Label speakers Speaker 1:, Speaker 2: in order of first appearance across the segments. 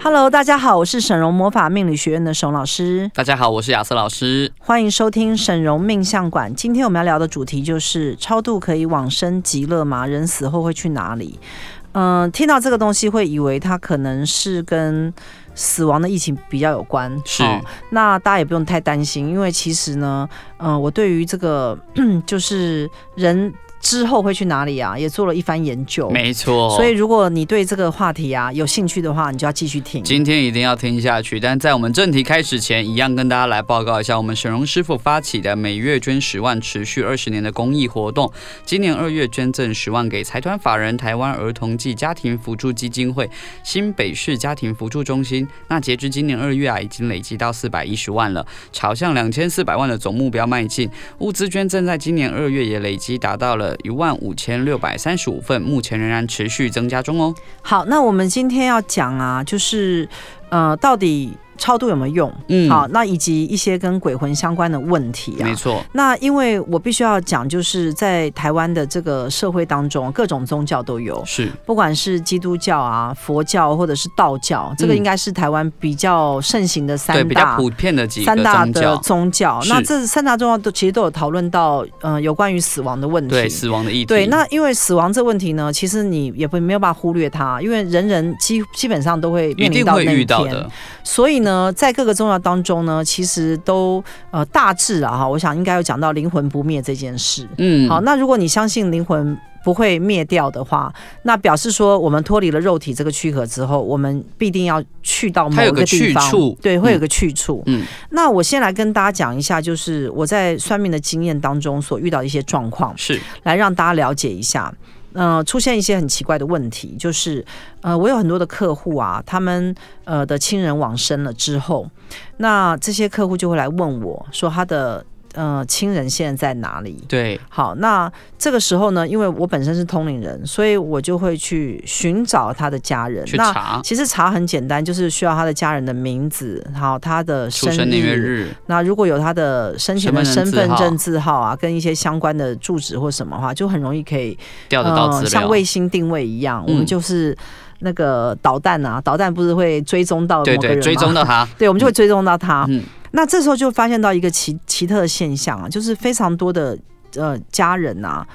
Speaker 1: Hello，大家好，我是沈荣魔法命理学院的沈荣老师。
Speaker 2: 大家好，我是亚瑟老师。
Speaker 1: 欢迎收听沈荣命相馆。今天我们要聊的主题就是超度可以往生极乐吗？人死后会去哪里？嗯、听到这个东西会以为它可能是跟死亡的疫情比较有关，
Speaker 2: 是
Speaker 1: 哦那大家也不用太担心，因为其实呢，嗯、我对于这个 就是人之后会去哪里啊，也做了一番研究。
Speaker 2: 没错，
Speaker 1: 所以如果你对这个话题啊有兴趣的话，你就要继续听。
Speaker 2: 今天一定要听下去。但在我们正题开始前，一样跟大家来报告一下，我们沈荣师傅发起的每月捐十万、持续二十年的公益活动，今年二月捐赠十万给财团法人台湾儿童暨家庭辅助基金会新北市家庭辅助中心。那截至今年二月啊，已经累积到四百一十万了，朝向两千四百万的总目标迈进。物资捐赠在今年二月也累积达到了一万五千六百三十五份，目前仍然持续增加中哦。
Speaker 1: 好，那我们今天要讲啊，就是呃，到底超度有没有用？
Speaker 2: 嗯，
Speaker 1: 好，那以及一些跟鬼魂相关的问题啊
Speaker 2: 没。错，
Speaker 1: 那因为我必须要讲，就是在台湾的这个社会当中，各种宗教都有，
Speaker 2: 是。
Speaker 1: 不管是基督教啊、佛教或者是道教，啊这个
Speaker 2: 嗯
Speaker 1: 应该是台湾比较盛行的三
Speaker 2: 对比较
Speaker 1: 大
Speaker 2: 普遍的几个
Speaker 1: 三大
Speaker 2: 宗
Speaker 1: 的
Speaker 2: 教，
Speaker 1: 宗教。
Speaker 2: 是
Speaker 1: 那这三大宗教都其实都有讨论到，呃，有关于死亡的问题。
Speaker 2: 对死亡的议题。
Speaker 1: 对，那因为死亡这问题呢，其实你也不没有办法忽略它，因为人人基基本上都会
Speaker 2: 一
Speaker 1: 面临
Speaker 2: 定
Speaker 1: 到
Speaker 2: 会
Speaker 1: 那一
Speaker 2: 遇到
Speaker 1: 天，
Speaker 2: 的，
Speaker 1: 所以呢，在各个宗教当中呢，其实都呃大致啊哈，我想应该有讲到灵魂不灭这件事。
Speaker 2: 嗯，
Speaker 1: 好，那如果你相信灵魂不会灭掉的话，那表示说我们脱离了肉体这个躯壳之后，我们必定要去到某
Speaker 2: 它
Speaker 1: 一
Speaker 2: 有个
Speaker 1: 个地方，
Speaker 2: 去处
Speaker 1: 对，会有
Speaker 2: 嗯
Speaker 1: 个去处。
Speaker 2: 嗯，
Speaker 1: 那我先来跟大家讲一下，就是我在算命的经验当中所遇到的一些状况。
Speaker 2: 是
Speaker 1: 来让大家了解一下。呃，出现一些很奇怪的问题，就是呃，我有很多的客户啊，他们呃的亲人往生了之后，那这些客户就会来问我说他的呃亲人现在在哪里？
Speaker 2: 对，
Speaker 1: 好，那这个时候呢，因为我本身是通灵人，所以我就会去寻找他的家人。
Speaker 2: 去
Speaker 1: 那
Speaker 2: 查
Speaker 1: 其实查很简单，就是需要他的家人的名字，好，他的
Speaker 2: 出
Speaker 1: 生
Speaker 2: 生年月日，
Speaker 1: 那如果有他的生前的身份证字号啊，跟一些相关的住址或什么的话，就很容易可以呃
Speaker 2: 调得到资
Speaker 1: 像
Speaker 2: 料，
Speaker 1: 卫星定位一样，我们
Speaker 2: 嗯
Speaker 1: 就是那个导弹啊，导弹不是会追踪到某个
Speaker 2: 对
Speaker 1: 人吗？
Speaker 2: 对，追踪到它，
Speaker 1: 对，我们就会追踪到他。
Speaker 2: 嗯，
Speaker 1: 那这时候就发现到一个奇奇特的现象啊，就是非常多的呃家人啊，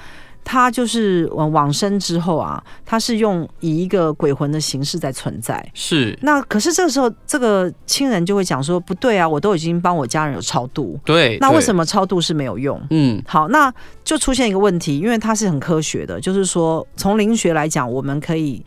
Speaker 1: 他就是呃往生之后啊，他是用以一个鬼魂的形式在存在。
Speaker 2: 是
Speaker 1: 那可是这个时候，这个亲人就会讲说，不对啊，我都已经帮我家人有超度，
Speaker 2: 对。
Speaker 1: 那为什
Speaker 2: 么？
Speaker 1: 么超度是没有用？
Speaker 2: 嗯，
Speaker 1: 好，那就出现一个问题，因为它是很科学的，就是说从灵学来讲，我们可以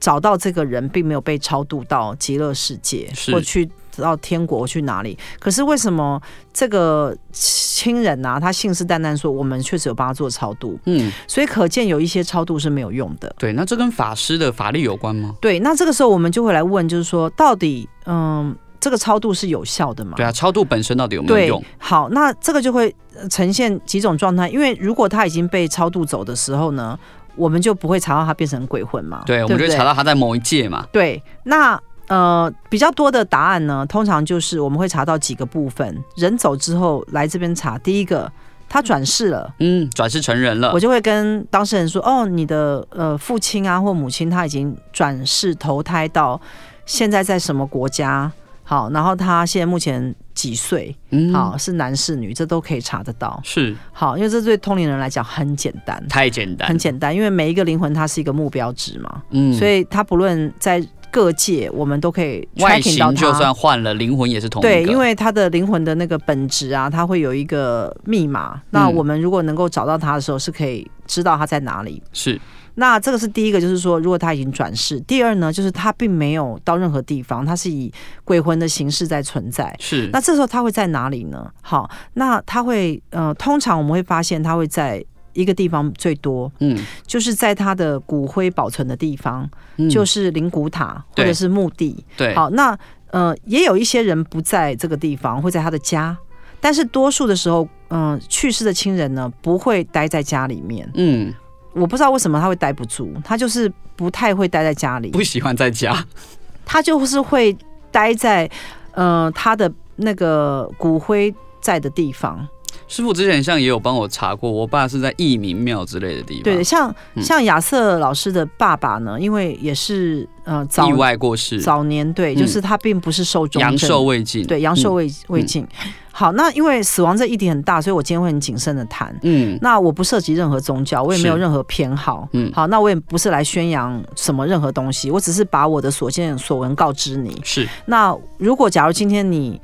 Speaker 1: 找到这个人并没有被超度到极乐世界，
Speaker 2: 是
Speaker 1: 或去到天国，或去哪里。可是为什么这个亲人啊，他信誓旦旦说我们确实有帮他做超度，
Speaker 2: 嗯，
Speaker 1: 所以可见有一些超度是没有用的。
Speaker 2: 对，那这跟法师的法力有关吗？
Speaker 1: 对，那这个时候我们就会来问，就是说到底，嗯，这个超度是有效的吗？
Speaker 2: 对啊，超度本身到底有没有
Speaker 1: 对
Speaker 2: 用？，
Speaker 1: 好，那这个就会呃呈现几种状态，因为如果他已经被超度走的时候呢，我们就不会查到他变成鬼魂嘛，
Speaker 2: 对，我们
Speaker 1: 不
Speaker 2: 就查到它在某一界嘛。
Speaker 1: 对，那呃比较多的答案呢，通常就是我们会查到几个部分，人走之后来这边查，第一个他转世了。
Speaker 2: 嗯，转世成人了
Speaker 1: 我，就会跟当事人说：“哦，你的呃父亲啊或母亲他已经转世投胎到现在在什么国家？好，然后他现在目前几岁？
Speaker 2: 嗯，
Speaker 1: 好，，是男是女，这都可以查得到。
Speaker 2: 是
Speaker 1: 好，因为这对通灵人来讲很简单，
Speaker 2: 太简单，
Speaker 1: 很，简单，因为每一个灵魂它是一个目标值嘛，
Speaker 2: 嗯
Speaker 1: 所以它不论在各界，我们都可以
Speaker 2: 外
Speaker 1: tracking 到
Speaker 2: 形就
Speaker 1: 它
Speaker 2: 算。换了，灵魂也是同一个。
Speaker 1: 对，因为它的灵魂的那个本质啊，它会有一个密码。那
Speaker 2: 嗯
Speaker 1: 我们如果能够找到它的时候，是可以知道它在哪里。
Speaker 2: 是
Speaker 1: 那这个是第一个，就是说，如果它已经转世；第二呢，就是它并没有到任何地方，它是以鬼魂的形式在存在。
Speaker 2: 是，
Speaker 1: 那这时候他会在哪里呢？好，那他会呃，通常我们会发现他会在一个地方最多，
Speaker 2: 嗯，
Speaker 1: 就是在他的骨灰保存的地方，
Speaker 2: 嗯
Speaker 1: 就是灵骨塔或者
Speaker 2: 对
Speaker 1: 是墓地。
Speaker 2: 对，
Speaker 1: 好，那呃，也有一些人不在这个地方，会在他的家。但是多数的时候，嗯、去世的亲人呢不会待在家里面。
Speaker 2: 嗯，
Speaker 1: 我不知道为什么他会待不住，他就是不太会待在家里，
Speaker 2: 不喜欢在家。
Speaker 1: 他就是会待在呃他的那个骨灰在的地方。
Speaker 2: 师傅之前像也有帮我查过，我爸是在义民庙之类的地方，
Speaker 1: 对，像
Speaker 2: 嗯
Speaker 1: 像亚瑟老师的爸爸呢，因为也是呃早
Speaker 2: 意外过世，
Speaker 1: 早年对，
Speaker 2: 嗯
Speaker 1: 就是他并不是受重
Speaker 2: 阳
Speaker 1: 症
Speaker 2: 寿嗯未尽，
Speaker 1: 对阳寿未未尽。好，那因为死亡这议题很大，所以我今天会很谨慎的谈。
Speaker 2: 嗯，
Speaker 1: 那我不涉及任何宗教，我也没有
Speaker 2: 是
Speaker 1: 任何偏好。
Speaker 2: 嗯
Speaker 1: 好，那我也不是来宣扬什么任何东西，我只是把我的所见所闻告知你
Speaker 2: 嗯。是，
Speaker 1: 那如果假如今天你，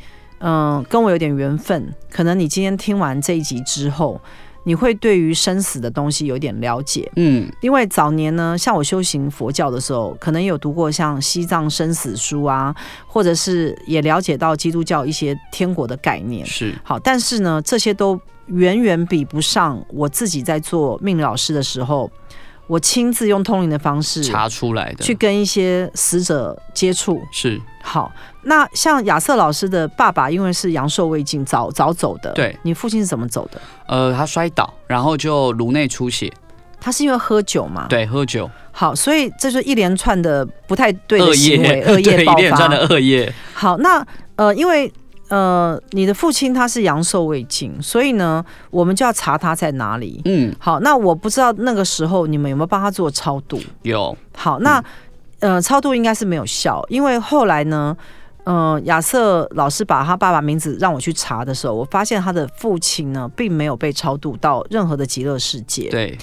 Speaker 1: 嗯、跟我有点缘分，可能你今天听完这一集之后，你会对于生死的东西有点了解。
Speaker 2: 嗯
Speaker 1: 因为早年呢，像我修行佛教的时候，可能有读过像西藏生死书啊，或者是也了解到基督教一些天国的概念。
Speaker 2: 是，
Speaker 1: 好，但是呢，这些都远远比不上我自己在做命理老师的时候，我亲自用通灵的方式
Speaker 2: 查出来的，
Speaker 1: 去跟一些死者接触。
Speaker 2: 是
Speaker 1: 好，那像亚瑟老师的爸爸，因为是阳寿未尽，早早走的。
Speaker 2: 对，
Speaker 1: 你父亲是怎么走的？
Speaker 2: 呃，他摔倒，然后就颅内出血，
Speaker 1: 他是因为喝酒嘛？。
Speaker 2: 对，喝酒，
Speaker 1: 好，所以这就一连串的不太对
Speaker 2: 恶
Speaker 1: 的行 为，
Speaker 2: 业，
Speaker 1: 恶业
Speaker 2: 对，
Speaker 1: 爆
Speaker 2: 一连
Speaker 1: 发
Speaker 2: 串。的恶业，
Speaker 1: 好，那呃，因为呃，你的父亲他是阳寿未尽，所以呢，我们就要查他在哪里。
Speaker 2: 嗯，
Speaker 1: 好，那我不知道那个时候你们有没有帮他做超度。
Speaker 2: 有，
Speaker 1: 好，那、呃，超度应该是没有效，因为后来呢，呃，亚瑟老师把他爸爸名字让我去查的时候，我发现他的父亲呢，并没有被超度到任何的极乐世界，
Speaker 2: 对，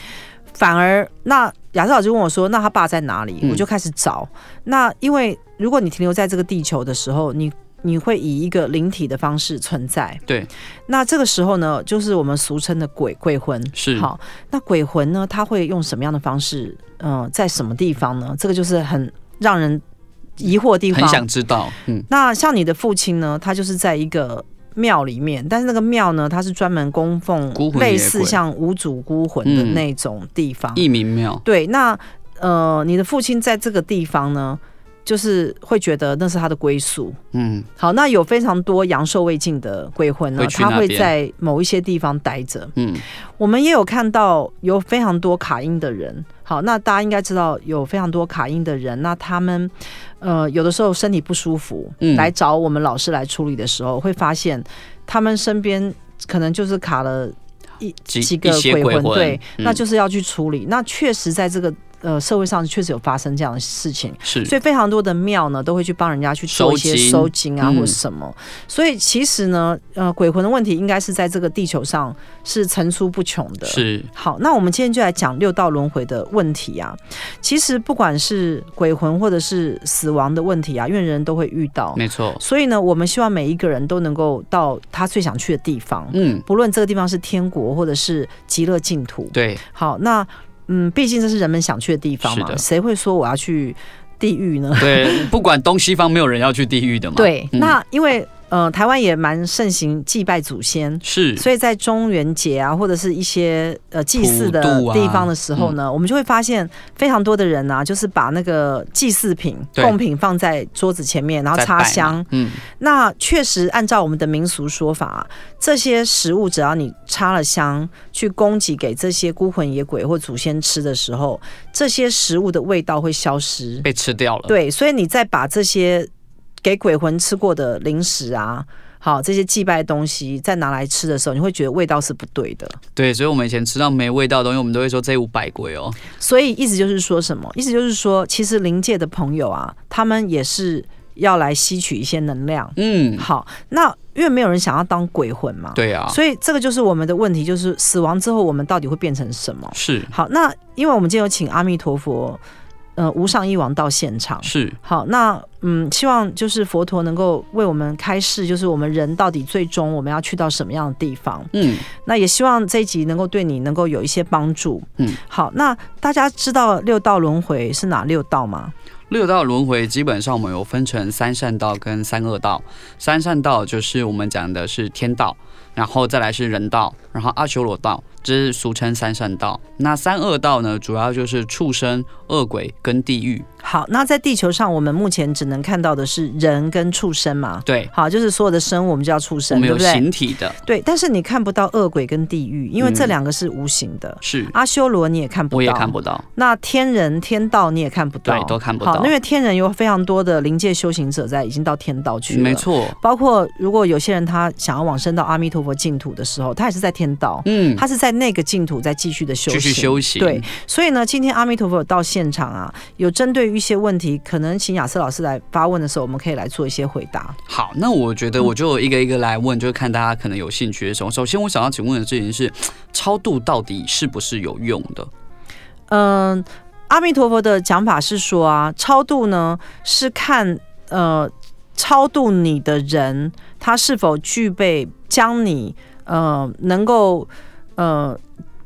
Speaker 1: 反而那亚瑟老师问我说：“那他爸在哪
Speaker 2: 嗯
Speaker 1: 里？”我就开始找。那因为如果你停留在这个地球的时候，你你会以一个灵体的方式存在。
Speaker 2: 对。
Speaker 1: 那这个时候呢，就是我们俗称的鬼鬼魂。
Speaker 2: 是，
Speaker 1: 好，那鬼魂呢？他会用什么样的方式？嗯、在什么地方呢？这个就是很让人疑惑的地
Speaker 2: 很
Speaker 1: 方。
Speaker 2: 想知道，嗯，
Speaker 1: 那像你的父亲呢？他就是在一个庙里面，但是那个庙呢，它是专门供奉
Speaker 2: 孤魂野
Speaker 1: 类似
Speaker 2: 鬼
Speaker 1: 像五祖孤魂的
Speaker 2: 嗯
Speaker 1: 那种地方。
Speaker 2: 义民庙，
Speaker 1: 对，那呃，你的父亲在这个地方呢，就是会觉得那是他的归宿。
Speaker 2: 嗯，
Speaker 1: 好，那有非常多阳寿未尽的鬼魂呢，
Speaker 2: 会去
Speaker 1: 他
Speaker 2: 那
Speaker 1: 会
Speaker 2: 边
Speaker 1: 在某一些地方待着。
Speaker 2: 嗯，
Speaker 1: 我们也有看到有非常多卡因的人。好，那大家应该知道有非常多卡因的人，那他们呃有的时候身体不舒服，
Speaker 2: 嗯
Speaker 1: 来找我们老师来处理的时候，会发现他们身边可能就是卡了一
Speaker 2: 几
Speaker 1: 几个
Speaker 2: 一些
Speaker 1: 鬼
Speaker 2: 鬼
Speaker 1: 魂，
Speaker 2: 魂
Speaker 1: 对，
Speaker 2: 嗯
Speaker 1: 那就是要去处理。那确实在这个呃社会上确实有发生这样的事情。
Speaker 2: 是，
Speaker 1: 所以非常多的庙呢，都会去帮人家去做一些
Speaker 2: 收金
Speaker 1: 收金啊，
Speaker 2: 嗯
Speaker 1: 或什么。所以其实呢，呃，鬼魂的问题应该是在这个地球上是层出不穷的。。
Speaker 2: 是，
Speaker 1: 好，那我们今天就来讲六道轮回的问题啊。其实不管是鬼魂或者是死亡的问题啊，因为人人都会遇到，
Speaker 2: 没错，
Speaker 1: 所以呢，我们希望每一个人都能够到他最想去的地方，
Speaker 2: 嗯，
Speaker 1: 不论这个地方是天国或者是极乐净土。
Speaker 2: 对，
Speaker 1: 好，那嗯，毕竟这是人们想去的地方
Speaker 2: 是
Speaker 1: 嘛，
Speaker 2: 的
Speaker 1: 谁会说我要去地狱呢？
Speaker 2: 对，不管东西方，没有人要去地狱的嘛。
Speaker 1: 对，
Speaker 2: 嗯
Speaker 1: 那因为呃，台湾也蛮盛行祭拜祖先，
Speaker 2: 是
Speaker 1: 所以在中元节啊，或者是一些呃祭祀的
Speaker 2: 普渡啊
Speaker 1: 地方的时候呢，我们就会发现非常多的人啊，就是把那个祭祀品、
Speaker 2: 对
Speaker 1: 贡品放在桌子前面，然后
Speaker 2: 在
Speaker 1: 插
Speaker 2: 拜嘛
Speaker 1: 香。，
Speaker 2: 嗯，
Speaker 1: 那确实，按照我们的民俗说法啊，这些食物只要你插了香，去供给给这些孤魂野鬼或祖先吃的时候，这些食物的味道会消失。
Speaker 2: 被吃掉了。，
Speaker 1: 对，所以你再把这些给鬼魂吃过的零食啊，好这些祭拜的东西再拿来吃的时候，你会觉得味道是不对的。
Speaker 2: 对，所以我们以前吃到没味道的东西，我们都会说这五百鬼哦。
Speaker 1: 所以意思就是说什么？意思就是说，其实灵界的朋友啊，他们也是要来吸取一些能量。
Speaker 2: 嗯，
Speaker 1: 好，那因为没有人想要当鬼魂嘛，、
Speaker 2: 对啊，
Speaker 1: 所以这个就是我们的问题，就是死亡之后我们到底会变成什么？
Speaker 2: 是
Speaker 1: 好，那因为我们今天有请阿弥陀佛，呃，无上一王到现场，
Speaker 2: 是，
Speaker 1: 好，那嗯，希望就是佛陀能够为我们开示，就是我们人到底最终我们要去到什么样的地方。
Speaker 2: 嗯，
Speaker 1: 那也希望这一集能够对你能够有一些帮助。
Speaker 2: 嗯，
Speaker 1: 好，那大家知道六道轮回是哪六道吗？
Speaker 2: 六道轮回基本上我们有分成三善道跟三恶道。三善道就是我们讲的是天道，然后再来是人道，然后阿修罗道，这是俗称三善道。那三恶道呢，主要就是畜生、恶鬼跟地狱。
Speaker 1: 好，那在地球上我们目前只能看到的是人跟畜生嘛。
Speaker 2: 对，
Speaker 1: 好，就是所有的生物我们就叫畜
Speaker 2: 我
Speaker 1: 生，
Speaker 2: 们
Speaker 1: 对
Speaker 2: 有
Speaker 1: 不对？
Speaker 2: 形体的，
Speaker 1: 对，但是你看不到恶鬼跟地狱，因为这
Speaker 2: 嗯
Speaker 1: 两个是无形的。
Speaker 2: 是，
Speaker 1: 阿修罗你也看不到，
Speaker 2: 我也看不到，
Speaker 1: 那天人、天道你也看不到，
Speaker 2: 对，都看不
Speaker 1: 好，
Speaker 2: 到
Speaker 1: 那因，为天人有非常多的灵界修行者在，已经到天道去了。
Speaker 2: 没，错，
Speaker 1: 包括如果有些人他想要往生到阿弥陀佛净土的时候，他也是在天道。
Speaker 2: 嗯，
Speaker 1: 他是在那个净土再继续的修
Speaker 2: 继
Speaker 1: 行，
Speaker 2: 续修行，
Speaker 1: 对，所以呢，今天阿弥陀佛有到现场啊，有针对于一些问题，可能请雅思老师来发问的时候，我们可以来做一些回答。
Speaker 2: 好，那我觉
Speaker 1: 嗯
Speaker 2: 得我就一个一个来问，就是看大家可能有兴趣的时候。首先，我想要请问的事情是， 超度到底是不是有用的？
Speaker 1: 嗯，阿弥陀佛的讲法是说啊，超度呢是看呃超度你的人他是否具备将你呃能够呃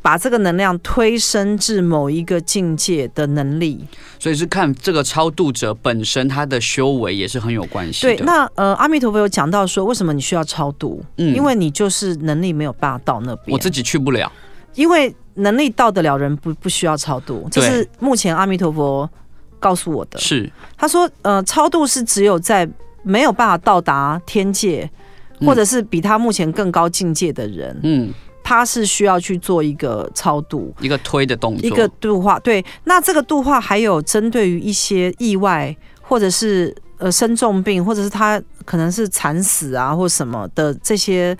Speaker 1: 把这个能量推升至某一个境界的能力。
Speaker 2: 所以是看这个超度者本身他的修为也是很有关系的。
Speaker 1: 对，那呃阿弥陀佛有讲到说，为什么你需要超度？
Speaker 2: 嗯
Speaker 1: 因为你就是能力没有办法到那边。
Speaker 2: 我自己去不了，
Speaker 1: 因为能力到得了人不不需要超度，这
Speaker 2: 对
Speaker 1: 是目前阿弥陀佛告诉我的。
Speaker 2: 是
Speaker 1: 他说，呃，超度是只有在没有办法到达天界，
Speaker 2: 嗯
Speaker 1: 或者是比他目前更高境界的人，
Speaker 2: 嗯，
Speaker 1: 他是需要去做一个超度。
Speaker 2: 一个推的动作，
Speaker 1: 一个度化，对，那这个度化还有针对于一些意外，或者是呃生重病，或者是他可能是惨死啊或什么的这些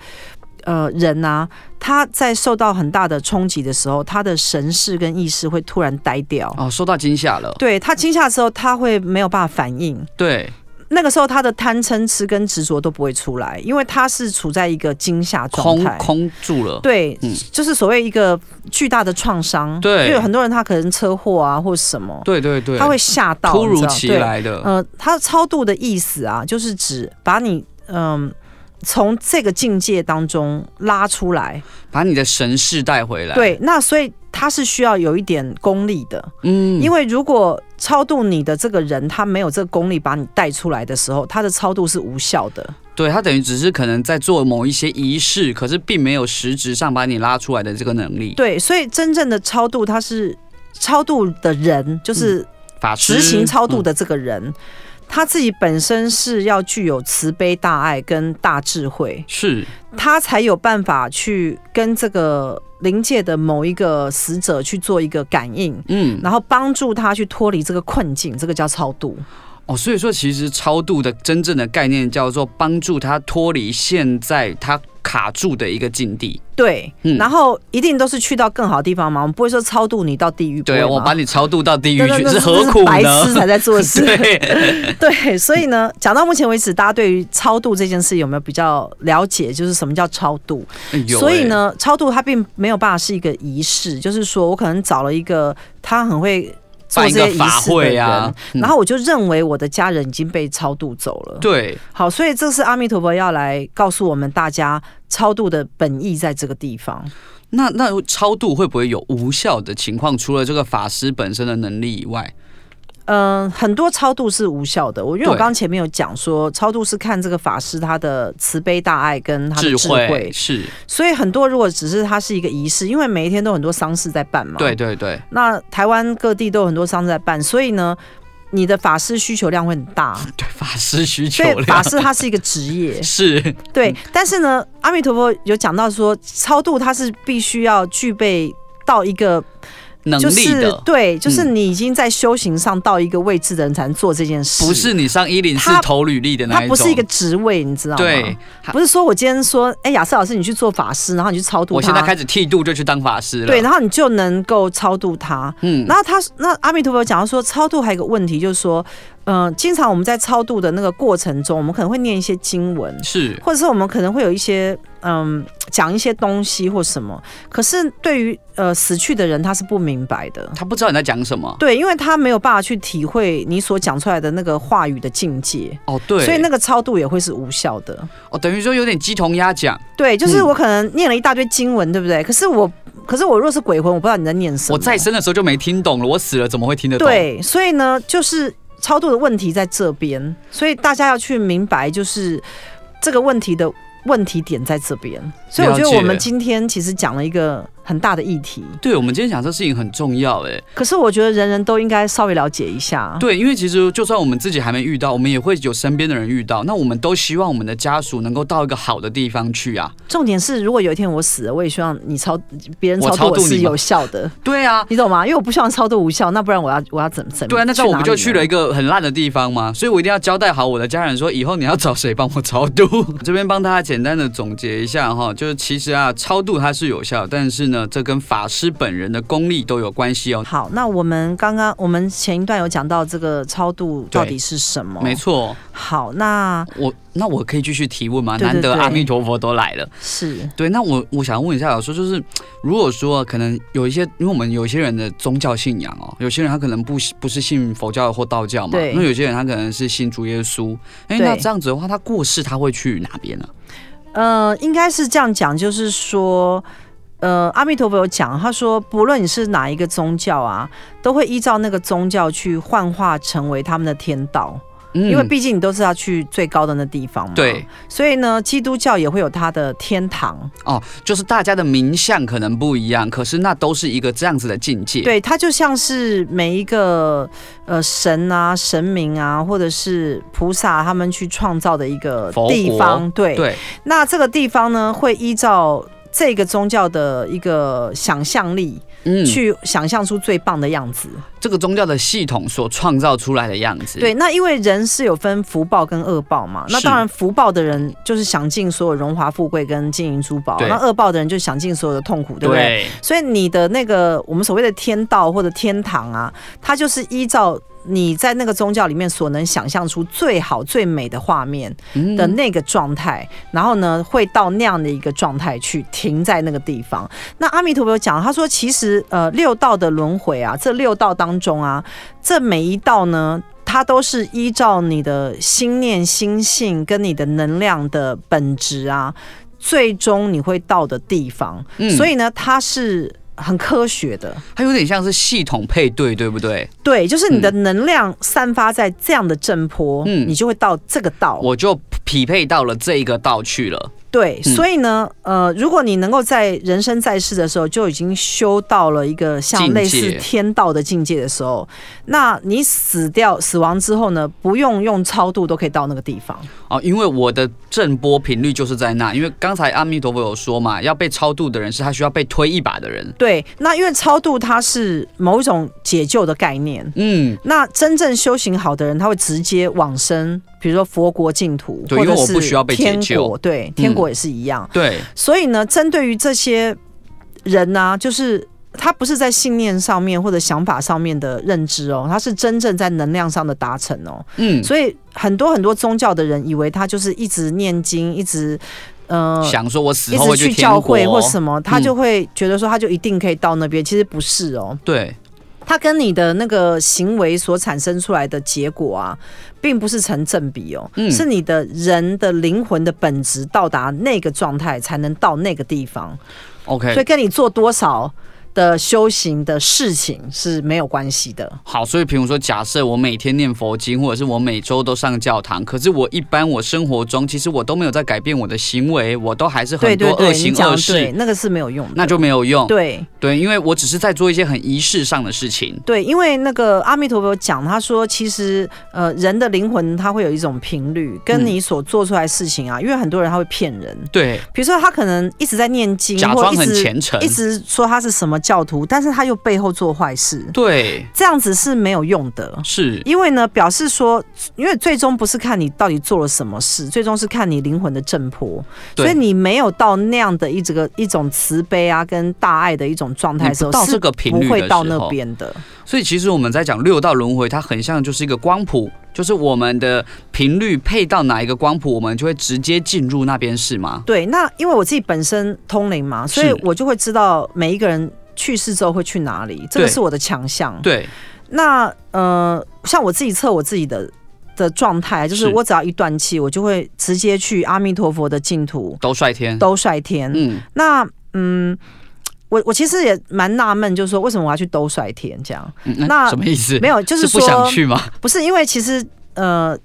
Speaker 1: 呃人啊，他在受到很大的冲击的时候，他的神识跟意识会突然呆掉，
Speaker 2: 哦，受到惊吓了，
Speaker 1: 对他惊吓之后，他会没有办法反应。
Speaker 2: 对，
Speaker 1: 那个时候，他的贪嗔痴跟执着都不会出来，因为他是处在一个惊吓状
Speaker 2: 空
Speaker 1: 态。
Speaker 2: 空住了，
Speaker 1: 对，
Speaker 2: 嗯
Speaker 1: 就是所谓一个巨大的创伤。
Speaker 2: 对
Speaker 1: 因为有很多人他可能车祸啊，或什么，
Speaker 2: 对对对，
Speaker 1: 他会吓到，
Speaker 2: 突
Speaker 1: 你知
Speaker 2: 如
Speaker 1: 道
Speaker 2: 其。
Speaker 1: 对
Speaker 2: 来的，
Speaker 1: 呃，他超度的意思啊，就是指把你嗯从这个境界当中拉出来。
Speaker 2: 把你的神识带回来，，
Speaker 1: 对，那所以他是需要有一点功力的，
Speaker 2: 嗯，
Speaker 1: 因
Speaker 2: 为
Speaker 1: 为如果超度你的这个人他没有这个功力把你带出来的时候，他的超度是无效的。
Speaker 2: 对他等于只是可能在做某一些仪式，可是并没有实质上把你拉出来的这个能力，
Speaker 1: 对，所以真正的超度，他是超度的人，就是
Speaker 2: 法师
Speaker 1: 执行超度
Speaker 2: 嗯
Speaker 1: 的这个人，他自己本身是要具有慈悲大爱跟大智慧，
Speaker 2: 是
Speaker 1: 他才有办法去跟这个灵界的某一个死者去做一个感应。
Speaker 2: 嗯，
Speaker 1: 然后帮助他去脱离这个困境，这个叫超度。
Speaker 2: 哦，所以说其实超度的真正的概念叫做帮助他脱离现在他卡住的一个境地。
Speaker 1: 对，
Speaker 2: 嗯
Speaker 1: 然后一定都是去到更好的地方嘛，我们不会说超度你到地狱。
Speaker 2: 对，
Speaker 1: 不会
Speaker 2: 我
Speaker 1: 嘛
Speaker 2: 把你超度到地狱
Speaker 1: 那那
Speaker 2: 去，
Speaker 1: 那
Speaker 2: 是
Speaker 1: 是
Speaker 2: 何苦
Speaker 1: 白痴才
Speaker 2: 呢？
Speaker 1: 在做的事。
Speaker 2: 对，
Speaker 1: 对，所以呢，讲到目前为止，大家对于超度这件事有没有比较了解？就是什么叫超度？
Speaker 2: 有
Speaker 1: 所以
Speaker 2: 欸，
Speaker 1: 呢，超度它并没有办法是一个仪式，就是说我可能找了一个他很会做
Speaker 2: 办
Speaker 1: 这
Speaker 2: 一个
Speaker 1: 些仪
Speaker 2: 法
Speaker 1: 式的
Speaker 2: 会
Speaker 1: 人，
Speaker 2: 啊，嗯
Speaker 1: 然后我就认为我的家人已经被超度走了。
Speaker 2: 对，
Speaker 1: 好，所以这是阿弥陀佛要来告诉我们大家超度的本意在这个地方。
Speaker 2: 那那超度会不会有无效的情况？除了这个法师本身的能力以外，
Speaker 1: 嗯，很多超度是无效的。我因为我
Speaker 2: 对
Speaker 1: 刚刚前面有讲说，超度是看这个法师他的慈悲大爱跟他的智慧，
Speaker 2: 是，
Speaker 1: 所以很多如果只是它是一个仪式，因为每一天都很多丧事在办嘛。
Speaker 2: 对。对对，
Speaker 1: 那台湾各地都有很多丧事在办，所以呢，你的法师需求量会很 大。
Speaker 2: 对法师需求
Speaker 1: 所以法
Speaker 2: 量，
Speaker 1: 师他是一个职业
Speaker 2: 是
Speaker 1: 对。但是呢，阿弥陀佛有讲到说，超度他是必须要具备到一个
Speaker 2: 能
Speaker 1: 就
Speaker 2: 力
Speaker 1: 是
Speaker 2: 的，
Speaker 1: 对，就是
Speaker 2: 嗯
Speaker 1: 你已经在修行上到一个位置的人才能做这件事，
Speaker 2: 不是你上一零四
Speaker 1: 他
Speaker 2: 投履历的那
Speaker 1: 它
Speaker 2: 一种，
Speaker 1: 不是一个职位，你知道吗？
Speaker 2: 对，
Speaker 1: 不是说我今天说，哎、雅思老师，你去做法师，然后你去超度他，
Speaker 2: 我现在开始剃度就去当法师了。
Speaker 1: 对，然后你就能够超度他。
Speaker 2: 嗯，
Speaker 1: 那他那阿弥陀佛讲到说，超度还有一个问题，就是说，嗯、经常我们在超度的那个过程中，我们可能会念一些经文，
Speaker 2: 是
Speaker 1: 或者是我们可能会有一些嗯讲一些东西或什么，可是对于呃死去的人，他是不明白的。
Speaker 2: 他不知道你在讲什么。
Speaker 1: 对，因为他没有办法去体会你所讲出来的那个话语的境界，
Speaker 2: 哦，对，
Speaker 1: 所以那个超度也会是无效的。
Speaker 2: 哦，等于说有点鸡同鸭讲。
Speaker 1: 对，就是
Speaker 2: 嗯
Speaker 1: 我可能念了一大堆经文，对不对？可是我，可是我若是鬼魂，我不知道你在念什么。
Speaker 2: 我在生的时候就没听懂了，我死了怎么会听得懂？，
Speaker 1: 对，所以呢，就是超度的问题在这边，所以大家要去明白，就是这个问题的问题点在这边。所以我觉得
Speaker 2: 了解
Speaker 1: 我们今天其实讲了一个很大的议题。
Speaker 2: 对，我们今天讲这事情很重要，哎，
Speaker 1: 可是我觉得人人都应该稍微了解一下。
Speaker 2: 对，因为其实就算我们自己还没遇到，我们也会有身边的人遇到。那我们都希望我们的家属能够到一个好的地方去啊。
Speaker 1: 重点是，如果有一天我死了，我也希望你超别人
Speaker 2: 我
Speaker 1: 超
Speaker 2: 超
Speaker 1: 度我
Speaker 2: 度你
Speaker 1: 是
Speaker 2: 吗
Speaker 1: 有效的，
Speaker 2: 对啊，
Speaker 1: 你懂吗？因为我不希望超度无效，那不然我要我要怎么怎么？
Speaker 2: 对啊，那这样我不
Speaker 1: 哪
Speaker 2: 就
Speaker 1: 里
Speaker 2: 去
Speaker 1: 呢
Speaker 2: 了一个很烂的地方吗？所以我一定要交代好我的家人说，以后你要找谁帮我超度。 这边帮大家简单的总结一下哈，就是其实啊，超度它是有效，但是呢，这跟法师本人的功力都有关系哦。
Speaker 1: 好，那我们刚刚我们前一段有讲到这个超度到底是什么？
Speaker 2: 没。错，
Speaker 1: 好，那
Speaker 2: 我那我可以继续提问吗？
Speaker 1: 对对
Speaker 2: 难得
Speaker 1: 对
Speaker 2: 阿弥陀佛都来了。
Speaker 1: 是
Speaker 2: 对，那我我想问一下老师，就是如果说可能有一些，因为我们有一些人的宗教信仰哦，有些人他可能不是不是信佛教或道教嘛，
Speaker 1: 对
Speaker 2: 那有些人他可能是信主耶稣，哎，
Speaker 1: 对
Speaker 2: 那这样子的话，他过世他会去哪边呢？
Speaker 1: 呃，应该是这样讲，就是说。呃，阿弥陀佛有讲，他说，不论你是哪一个宗教啊，都会依照那个宗教去幻化成为他们的天道，
Speaker 2: 嗯
Speaker 1: 因为毕竟你都是要去最高的那地方嘛。
Speaker 2: 对，
Speaker 1: 所以呢，基督教也会有它的呃天堂，
Speaker 2: 哦，就是大家的名相可能不一样，可是那都是一个这样子的境界。，
Speaker 1: 对，它就像是每一个呃神啊、神明啊，或者是菩萨他们去创造的一个
Speaker 2: 佛
Speaker 1: 地
Speaker 2: 国
Speaker 1: 方。对，
Speaker 2: 对，
Speaker 1: 那这个地方呢，会依照这个宗教的一个想象力，
Speaker 2: 嗯，
Speaker 1: 去想象出最棒的样子。
Speaker 2: 这个宗教的系统所创造出来的样子。
Speaker 1: 对，那因为人是有分福报跟恶报嘛，那
Speaker 2: 是
Speaker 1: 当然福报的人就是享尽所有荣华富贵跟金银珠宝，啊
Speaker 2: 对
Speaker 1: 那恶报的人就享尽所有的痛苦，对不对？
Speaker 2: 对，
Speaker 1: 所以你的那个我们所谓的天道或者天堂啊，它就是依照你在那个宗教里面所能想象出最好最美的画面
Speaker 2: 嗯
Speaker 1: 的那个状态，然后呢会到那样的一个状态去停在那个地方。那阿弥陀佛有讲，他说其实呃六道的轮回啊，这六道当中啊，这每一道呢。它都是依照你的心念、心性跟你的能量的本质啊，最终你会到的地方。
Speaker 2: 嗯
Speaker 1: 所以呢，它是很科学的。
Speaker 2: 它有点像是系统配对，对不对？
Speaker 1: 对，就是你的能量散发在这样的震波，
Speaker 2: 嗯
Speaker 1: 你就会到这个道。
Speaker 2: 我就匹配到了这一个道去了。
Speaker 1: 对，
Speaker 2: 嗯
Speaker 1: 所以呢，呃，如果你能够在人生在世的时候就已经修到了一个像
Speaker 2: 境界
Speaker 1: 类似天道的境界的时候，那你死掉死亡之后呢，不用用超度都可以到那个地方。
Speaker 2: 哦，因为我的震波频率就是在那，因为刚才阿弥陀佛有说嘛，要被超度的人是他需要被推一把的人。
Speaker 1: 对，那因为超度它是某一种解救的概念。
Speaker 2: 嗯，
Speaker 1: 那真正修行好的人，他会直接往生，比如说佛国净土，
Speaker 2: 对
Speaker 1: 或者
Speaker 2: 因为我
Speaker 1: 是
Speaker 2: 不需要被解
Speaker 1: 天
Speaker 2: 救嗯
Speaker 1: 国，对，天国也是一样。
Speaker 2: 对，
Speaker 1: 所以呢，针对于这些人呢、就是他不是在信念上面或者想法上面的认知哦，他是真正在能量上的达成哦。
Speaker 2: 嗯，
Speaker 1: 所以很多很多宗教的人以为他就是一直念经，一直呃。
Speaker 2: 嗯想说我死
Speaker 1: 一
Speaker 2: 后
Speaker 1: 直
Speaker 2: 会去
Speaker 1: 去
Speaker 2: 天
Speaker 1: 教
Speaker 2: 国
Speaker 1: 会或什么，他
Speaker 2: 嗯
Speaker 1: 就会觉得说他就一定可以到那边，其实不是哦。
Speaker 2: 对，
Speaker 1: 它跟你的那个行为所产生出来的结果啊，并不是成正比哦，
Speaker 2: 嗯
Speaker 1: 是你的人的灵魂的本质到达那个状态，才能到那个地方，所以
Speaker 2: ，OK，
Speaker 1: 跟你做多少。的修行的事情是没有关系的，
Speaker 2: 好，所以比如说，假设我每天念佛经，或者是我每周都上教堂，可是我一般我生活中其实我都没有在改变我的行为，我都还是
Speaker 1: 对
Speaker 2: 很多
Speaker 1: 对对，
Speaker 2: 恶
Speaker 1: 你
Speaker 2: 行
Speaker 1: 讲
Speaker 2: 恶
Speaker 1: 得对，
Speaker 2: 事，哦
Speaker 1: 那个是没有用的，
Speaker 2: 那就没有用，
Speaker 1: 对
Speaker 2: 对，因为我只是在做一些很仪式上的事情，
Speaker 1: 对，因为那个阿弥陀佛讲，他说其实呃人的灵魂它会有一种频率，跟
Speaker 2: 嗯
Speaker 1: 你所做出来的事情啊，因为很多人他会骗人，
Speaker 2: 对，
Speaker 1: 比如说他可能一直在念经，
Speaker 2: 假
Speaker 1: 或
Speaker 2: 装
Speaker 1: 一
Speaker 2: 很
Speaker 1: 直
Speaker 2: 虔诚
Speaker 1: 一，直说他是什么教徒，但是他又背后做坏事，
Speaker 2: 对，
Speaker 1: 这样子是没有用的。
Speaker 2: 是，
Speaker 1: 因为呢，表示说，因为最终不是看你到底做了什么事，最终是看你灵魂的正坡，所以
Speaker 2: 对。
Speaker 1: 你没有到那样的一这个一种慈悲啊跟大爱的一种状态的时候，
Speaker 2: 你不到这个
Speaker 1: 是
Speaker 2: 频
Speaker 1: 不
Speaker 2: 率的时候
Speaker 1: 会到那边的。
Speaker 2: 所以其实我们在讲六道轮回，它很像就是一个光谱，就是我们的频率配到哪一个光谱，我们就会直接进入那边，是吗？
Speaker 1: 对，那因为我自己本身通灵嘛，所以
Speaker 2: 是
Speaker 1: 我就会知道每一个人去世之后会去哪里，这个
Speaker 2: 对
Speaker 1: 是我的强项。
Speaker 2: 对，
Speaker 1: 那呃，像我自己测我自己的的状态，就是
Speaker 2: 是
Speaker 1: 我只要一断气，我就会直接去阿弥陀佛的净土
Speaker 2: 都率天。
Speaker 1: 兜率天。
Speaker 2: 嗯，
Speaker 1: 那嗯，我我其实也蛮纳闷，就是说为什么我要去兜率天这样？
Speaker 2: 嗯那
Speaker 1: 那
Speaker 2: 什么意 思？
Speaker 1: 没有，就是说
Speaker 2: 不想去吗？
Speaker 1: 不是因为其实呃。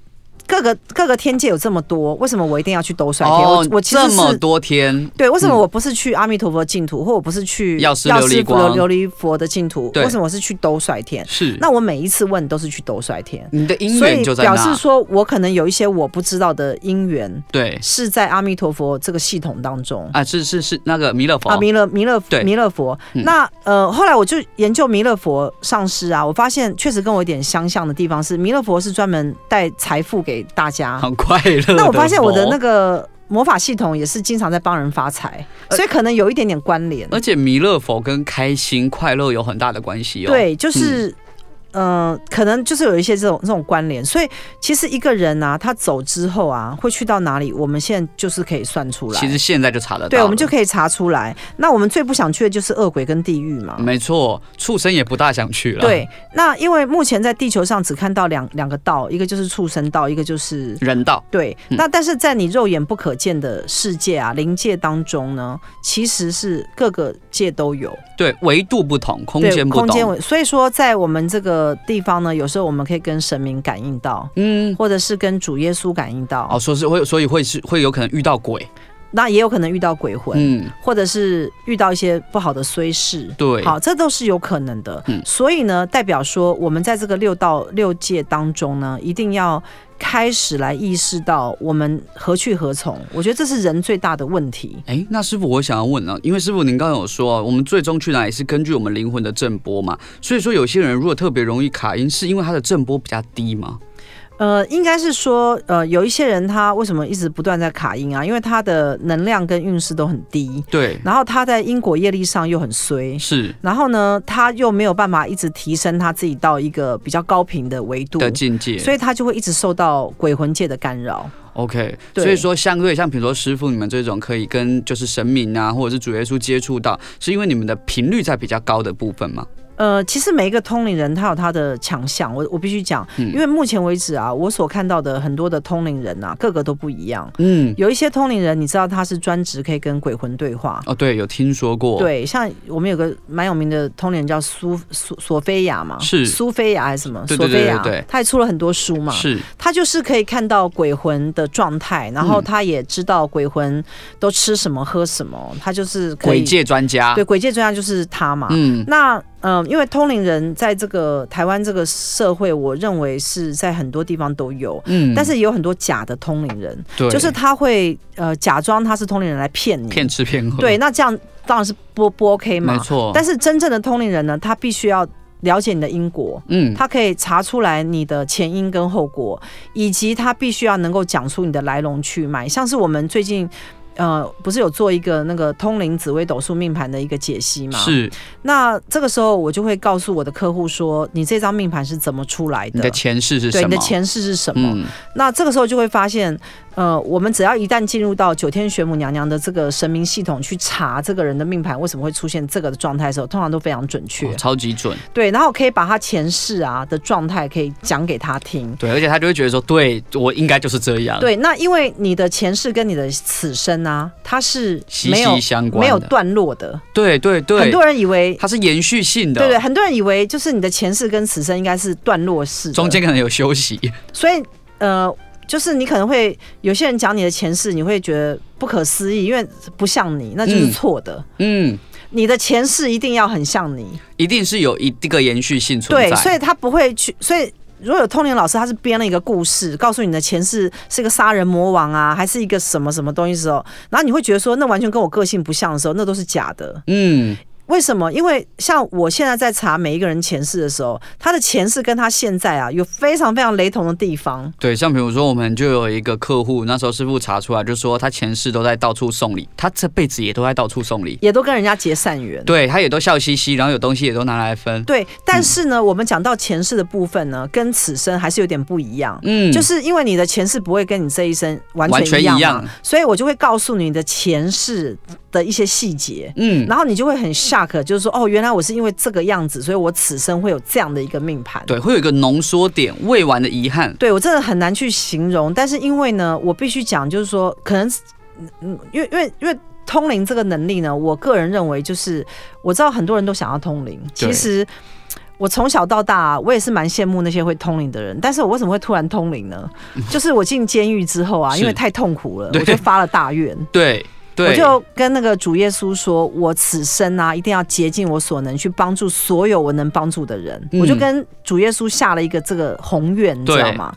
Speaker 1: 各个各个天界有这么多，为什么我一定要去兜率天？
Speaker 2: 哦
Speaker 1: 我，我其实
Speaker 2: 这么
Speaker 1: 是
Speaker 2: 多天，
Speaker 1: 对，为什么
Speaker 2: 嗯
Speaker 1: 我不是去阿弥陀佛净土，或我不是去
Speaker 2: 药师琉璃
Speaker 1: 佛
Speaker 2: 光
Speaker 1: 琉璃佛的净土？
Speaker 2: 对
Speaker 1: 为什么我是去兜率天？
Speaker 2: 是
Speaker 1: 那我每一次问都是去兜率天，
Speaker 2: 你的姻
Speaker 1: 所
Speaker 2: 缘
Speaker 1: 以
Speaker 2: 就在
Speaker 1: 表示
Speaker 2: 那，
Speaker 1: 说我可能有一些我不知道的因缘
Speaker 2: 对
Speaker 1: 是在阿弥陀佛这个系统当中。
Speaker 2: 啊，是是是那个弥勒佛
Speaker 1: 啊，弥勒弥勒
Speaker 2: 对
Speaker 1: 弥勒佛，
Speaker 2: 嗯
Speaker 1: 那呃，后来我就研究弥勒佛上师啊，我发现确实跟我有点相像的地方是，弥勒佛是专门带财富给大家，
Speaker 2: 很快乐。
Speaker 1: 那我发现我的那
Speaker 2: 个，
Speaker 1: 个魔法系统也是经常在帮人发财，所以可能有一点点关联。
Speaker 2: 呃而且弥勒佛跟开心快乐有很大的关系哦。，
Speaker 1: 对，就是。呃，可能就是有一些这种这种关联，所以其实一个人啊，他走之后啊，会去到哪里，我们现在就是可以算出来。
Speaker 2: 其实现在就查得到了，
Speaker 1: 对，我们就可以查出来。那我们最不想去的就是恶鬼跟地狱嘛。
Speaker 2: 啊没错，畜生也不大想去了。，
Speaker 1: 对，那因为目前在地球上只看到两两个道，一个就是畜生道，一个就是
Speaker 2: 人道
Speaker 1: 对，
Speaker 2: 嗯
Speaker 1: 那但是在你肉眼不可见的世界啊、灵界当中呢，其实是各个界都有，
Speaker 2: 对维度不同，空
Speaker 1: 对
Speaker 2: 间不
Speaker 1: 空间
Speaker 2: 同，
Speaker 1: 为。所以说，在我们这个地方呢，有时候我们可以跟神明感应到，
Speaker 2: 嗯。
Speaker 1: 或者是跟主耶稣感应到，
Speaker 2: 哦，说是会，所以会是会有可能遇到鬼，
Speaker 1: 那也有可能遇到鬼魂，
Speaker 2: 嗯，
Speaker 1: 或者是遇到一些不好的衰事。
Speaker 2: 对，
Speaker 1: 好，这都是有可能的。
Speaker 2: 嗯
Speaker 1: 所以呢，代表说我们在这个六道六界当中呢，一定要开始来意识到我们何去何从。我觉得这是人最大的问题。
Speaker 2: 哎，那师傅，我想要问啊，因为师傅您刚刚有说啊，我们最终去哪里是根据我们灵魂的震波嘛，所以说有些人如果特别容易卡音，是因为他的震波比较低嘛？
Speaker 1: 呃，应该是说，呃，有一些人他为什么一直不断在卡音啊？因为他的能量跟运势都很低，
Speaker 2: 对，
Speaker 1: 然后他在因果业力上又很衰，
Speaker 2: 是
Speaker 1: 然后呢，他又没有办法一直提升他自己到一个比较高频的维度，
Speaker 2: 的境界。
Speaker 1: 所以他就会一直受到鬼魂界的干扰。
Speaker 2: OK，
Speaker 1: 对
Speaker 2: 所以说相对像比如说师傅你们这种可以跟就是神明啊，或者是主耶稣接触到，是因为你们的频率在比较高的部分嘛？
Speaker 1: 呃，其实每一个通灵人他有他的强项，我我必须讲，
Speaker 2: 嗯
Speaker 1: 因为目前为止啊，我所看到的很多的通灵人啊，个个都不一样。
Speaker 2: 嗯，
Speaker 1: 有一些通灵人，你知道他是专职可以跟鬼魂对话，
Speaker 2: 哦对，有听说过，，
Speaker 1: 对，像我们有个蛮有名的通灵人叫苏苏索菲亚嘛，
Speaker 2: 是
Speaker 1: 苏菲亚还是什么？
Speaker 2: 对
Speaker 1: 索
Speaker 2: 对对
Speaker 1: 菲亚
Speaker 2: 对对，
Speaker 1: 他也出了很多书嘛。
Speaker 2: 是
Speaker 1: 他就是可以看到鬼魂的状态，然后
Speaker 2: 嗯
Speaker 1: 他也知道鬼魂都吃什么、喝什么，他就是可以
Speaker 2: 鬼界啊专家，
Speaker 1: 对鬼界专家就是他嘛。
Speaker 2: 嗯，
Speaker 1: 那嗯、呃因为通灵人在这个台湾这个社会，我认为是在很多地方都有，
Speaker 2: 嗯
Speaker 1: 但是也有很多假的通灵人，
Speaker 2: 对，
Speaker 1: 就是他会呃假装他是通灵人来骗你。
Speaker 2: 骗吃骗喝，
Speaker 1: 对，，那这样当然是不不 OK
Speaker 2: 没
Speaker 1: 嘛。
Speaker 2: 错，
Speaker 1: 但
Speaker 2: 是
Speaker 1: 是真正的通灵人呢，他必须要了解你的因果。
Speaker 2: 嗯，
Speaker 1: 他可以查出来你的前因跟后果，以及他必须要能够讲出你的来龙去脉。像是我们最近，呃，不是有做一个那个通灵紫微斗数命盘的一个解析嘛？
Speaker 2: 是
Speaker 1: 那这个时候我就会告诉我的客户说，你这张命盘是怎么出来
Speaker 2: 你
Speaker 1: 的？
Speaker 2: 的前世是什
Speaker 1: 对，
Speaker 2: 么？
Speaker 1: 你的前世是什么？
Speaker 2: 嗯，
Speaker 1: 那这个时候就会发现，呃，我们只要一旦进入到九天玄母娘娘的这个神明系统去查这个人的命盘为什么会出现这个的状态的时候，通常都非常准确。
Speaker 2: 哦超级准，
Speaker 1: 对，然后可以把他前世啊的状态可以讲给他听。
Speaker 2: 对，而且他就会觉得说，对我应该就是这样，，
Speaker 1: 对，那因为你的前世跟你的此生啊，它是
Speaker 2: 息
Speaker 1: 没有
Speaker 2: 息相关的，
Speaker 1: 没有断落的。
Speaker 2: 对对对，
Speaker 1: 很多人以为，
Speaker 2: 它是延续性的，
Speaker 1: 对对，很多人以为就是你的前世跟此生应该是断落式的，
Speaker 2: 中间可能有休息，
Speaker 1: 所以呃，就是你可能会有些人讲你的前世，你会觉得不可思议，因为不像你，那就是错的。
Speaker 2: 嗯，
Speaker 1: 你的前世一定要很像你，
Speaker 2: 一定是有一一个延续性存在，
Speaker 1: 对，所以他不会去，所以。如果有通灵老师，他是编了一个故事，告诉你的前世是一个杀人魔王啊，还是一个什么什么东西的时候，然后你会觉得说，那完全跟我个性不像的时候，那都是假的。
Speaker 2: 嗯，
Speaker 1: 为什么？因为像我现在在查每一个人前世的时候，他的前世跟他现在啊有非常非常雷同的地方。
Speaker 2: 对，像比如说我们就有一个客户，那时候师傅查出来就说他前世都在到处送礼，他这辈子也都在到处送礼，
Speaker 1: 也都跟人家结善缘。
Speaker 2: 对嗯他也都笑嘻嘻，然后有东西也都拿来分，
Speaker 1: 对，但是呢，我们讲到前世的部分呢，跟此生还是有点不一样。
Speaker 2: 嗯，
Speaker 1: 就是因为你的前世不会跟你这一生完
Speaker 2: 完
Speaker 1: 全
Speaker 2: 全
Speaker 1: 一样嘛，啊
Speaker 2: 一样啊
Speaker 1: 所以我就会告诉你的前世的一些细节，
Speaker 2: 嗯，
Speaker 1: 然后你就会很 shock，就是说哦，原来我是因为这个样子，所以我此生会有这样的一个命盘。
Speaker 2: 对，会有一个浓缩点，未完的遗憾，
Speaker 1: 对我真的很难去形容，但是因为呢，我必须讲，就是说，可能，嗯，因为因为因为通灵这个能力呢，我个人认为就是，我知道很多人都想要通灵，
Speaker 2: 对
Speaker 1: 其实我从小到大，我也是蛮羡慕那些会通灵的人，但是我为什么会突然通灵呢？就是我进监狱之后啊，
Speaker 2: 是
Speaker 1: 因为太痛苦了，
Speaker 2: 对
Speaker 1: 我就发了大愿。
Speaker 2: 对
Speaker 1: 我
Speaker 2: 对，
Speaker 1: 就跟那个主耶稣说，我此生啊，一定要竭尽我所能去帮助所有我能帮助的人。
Speaker 2: 嗯
Speaker 1: 我就跟主耶稣下了一个这个宏愿，你知
Speaker 2: 对
Speaker 1: 道吗？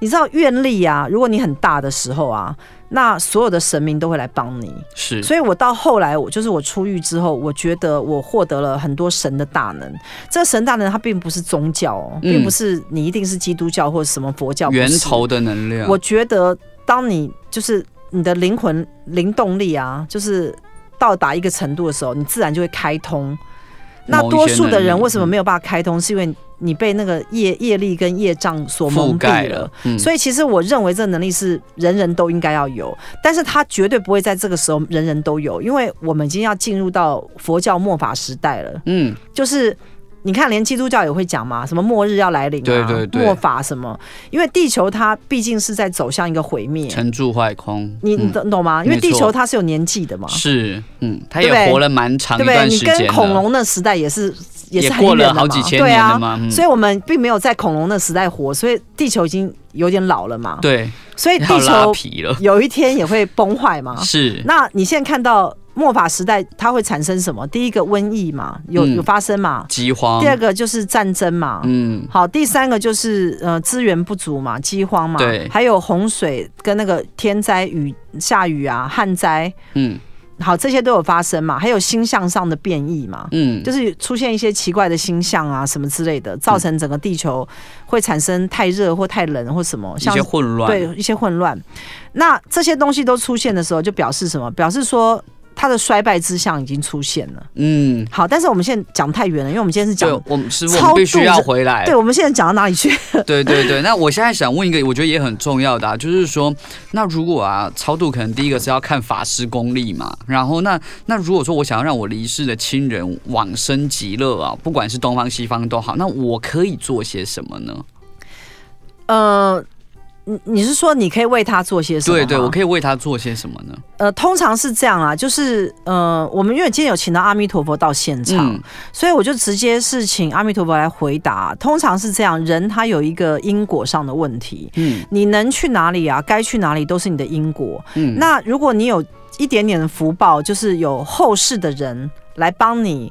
Speaker 1: 你知道愿力啊，如果你很大的时候啊，那所有的神明都会来帮你。
Speaker 2: 是
Speaker 1: 所以我到后来，我就是我出狱之后，我觉得我获得了很多神的大能。这神大能它并不是宗教哦，
Speaker 2: 嗯
Speaker 1: 并不是你一定是基督教或者什么佛教不是
Speaker 2: 源头的能量，
Speaker 1: 我觉得，当你就是你的灵魂灵动力啊，就是到达一个程度的时候，你自然就会开通。那
Speaker 2: 某一些
Speaker 1: 多数的
Speaker 2: 能
Speaker 1: 人
Speaker 2: 力
Speaker 1: 为什么没有办法开通？是因为你被那个业业力跟业障所
Speaker 2: 覆
Speaker 1: 蒙
Speaker 2: 盖
Speaker 1: 蔽了。，
Speaker 2: 嗯，
Speaker 1: 所以其实我认为这能力是人人都应该要有，但是他绝对不会在这个时候人人都有，因为我们已经要进入到佛教末法时代了。
Speaker 2: 嗯，
Speaker 1: 就是你看，连基督教也会讲嘛，什么末日要来临、啊，
Speaker 2: 对对对
Speaker 1: 末法什么，因为地球它毕竟是在走向一个毁灭，
Speaker 2: 沉住坏空，
Speaker 1: 你你
Speaker 2: 嗯
Speaker 1: 懂懂吗？因为
Speaker 2: 没错
Speaker 1: 地球它是有年纪的嘛，
Speaker 2: 是，嗯，他
Speaker 1: 对不
Speaker 2: 也
Speaker 1: 对
Speaker 2: 活了蛮长
Speaker 1: 对
Speaker 2: 一
Speaker 1: 不对？
Speaker 2: 段
Speaker 1: 你
Speaker 2: 时间
Speaker 1: 跟
Speaker 2: 的，
Speaker 1: 恐龙那时代也是也是很
Speaker 2: 过
Speaker 1: 远的
Speaker 2: 了
Speaker 1: 嘛
Speaker 2: 好几千年
Speaker 1: 对
Speaker 2: 了
Speaker 1: 啊。
Speaker 2: 嘛，嗯
Speaker 1: 所以我们并没有在恐龙那时代活，所以地球已经有点老了嘛，
Speaker 2: 对，
Speaker 1: 所以
Speaker 2: 要
Speaker 1: 地
Speaker 2: 拉
Speaker 1: 球啊
Speaker 2: 皮了，
Speaker 1: 有一天也会崩坏嘛。
Speaker 2: 是，
Speaker 1: 那你现在看到末法时代，它会产生什么？第一个瘟疫嘛，有
Speaker 2: 嗯
Speaker 1: 有发生嘛；
Speaker 2: 饥荒，
Speaker 1: 第二个就是战争嘛，
Speaker 2: 嗯，
Speaker 1: 好，第三个就是呃资源不足嘛，饥荒嘛，
Speaker 2: 对
Speaker 1: 还有洪水跟那个天灾雨下雨啊、旱灾，
Speaker 2: 嗯
Speaker 1: 好，这些都有发生嘛，还有星象上的变异嘛。
Speaker 2: 嗯，
Speaker 1: 就是出现一些奇怪的星象啊，什么之类的，造成整个地球会产生太热或太冷或什么，
Speaker 2: 一
Speaker 1: 像
Speaker 2: 些混乱，
Speaker 1: 对一些混乱。那这些东西都出现的时候，就表示什么？表示说它的衰败之象已经出现了。
Speaker 2: 嗯，
Speaker 1: 好，但是我们现在讲太远了，因为我们今天是
Speaker 2: 对
Speaker 1: 讲，
Speaker 2: 我们师傅，我
Speaker 1: 超
Speaker 2: 们必须
Speaker 1: 度
Speaker 2: 要
Speaker 1: 这
Speaker 2: 回来，
Speaker 1: 对，我们现在讲到哪里去？
Speaker 2: 对对对，那我现在想问一个，我觉得也很重要的、啊，就是说，那如果啊，超度可能第一个是要看法师功力嘛，然后那那如果说我想要让我离世的亲人往生极乐啊，不管是东方西方都好，那我可以做些什么呢？
Speaker 1: 呃，你你是说你可以为他做些什么吗？
Speaker 2: 对对，我可以为他做些什么呢？
Speaker 1: 呃，通常是这样啊，就是呃，我们因为今天有请到阿弥陀佛到现场，
Speaker 2: 嗯，
Speaker 1: 所以我就直接是请阿弥陀佛来回答。通常是这样，人他有一个因果上的问题，
Speaker 2: 嗯
Speaker 1: 你能去哪里啊？该去哪里都是你的因果。
Speaker 2: 嗯，
Speaker 1: 那如果你有一点点的福报，就是有后世的人来帮你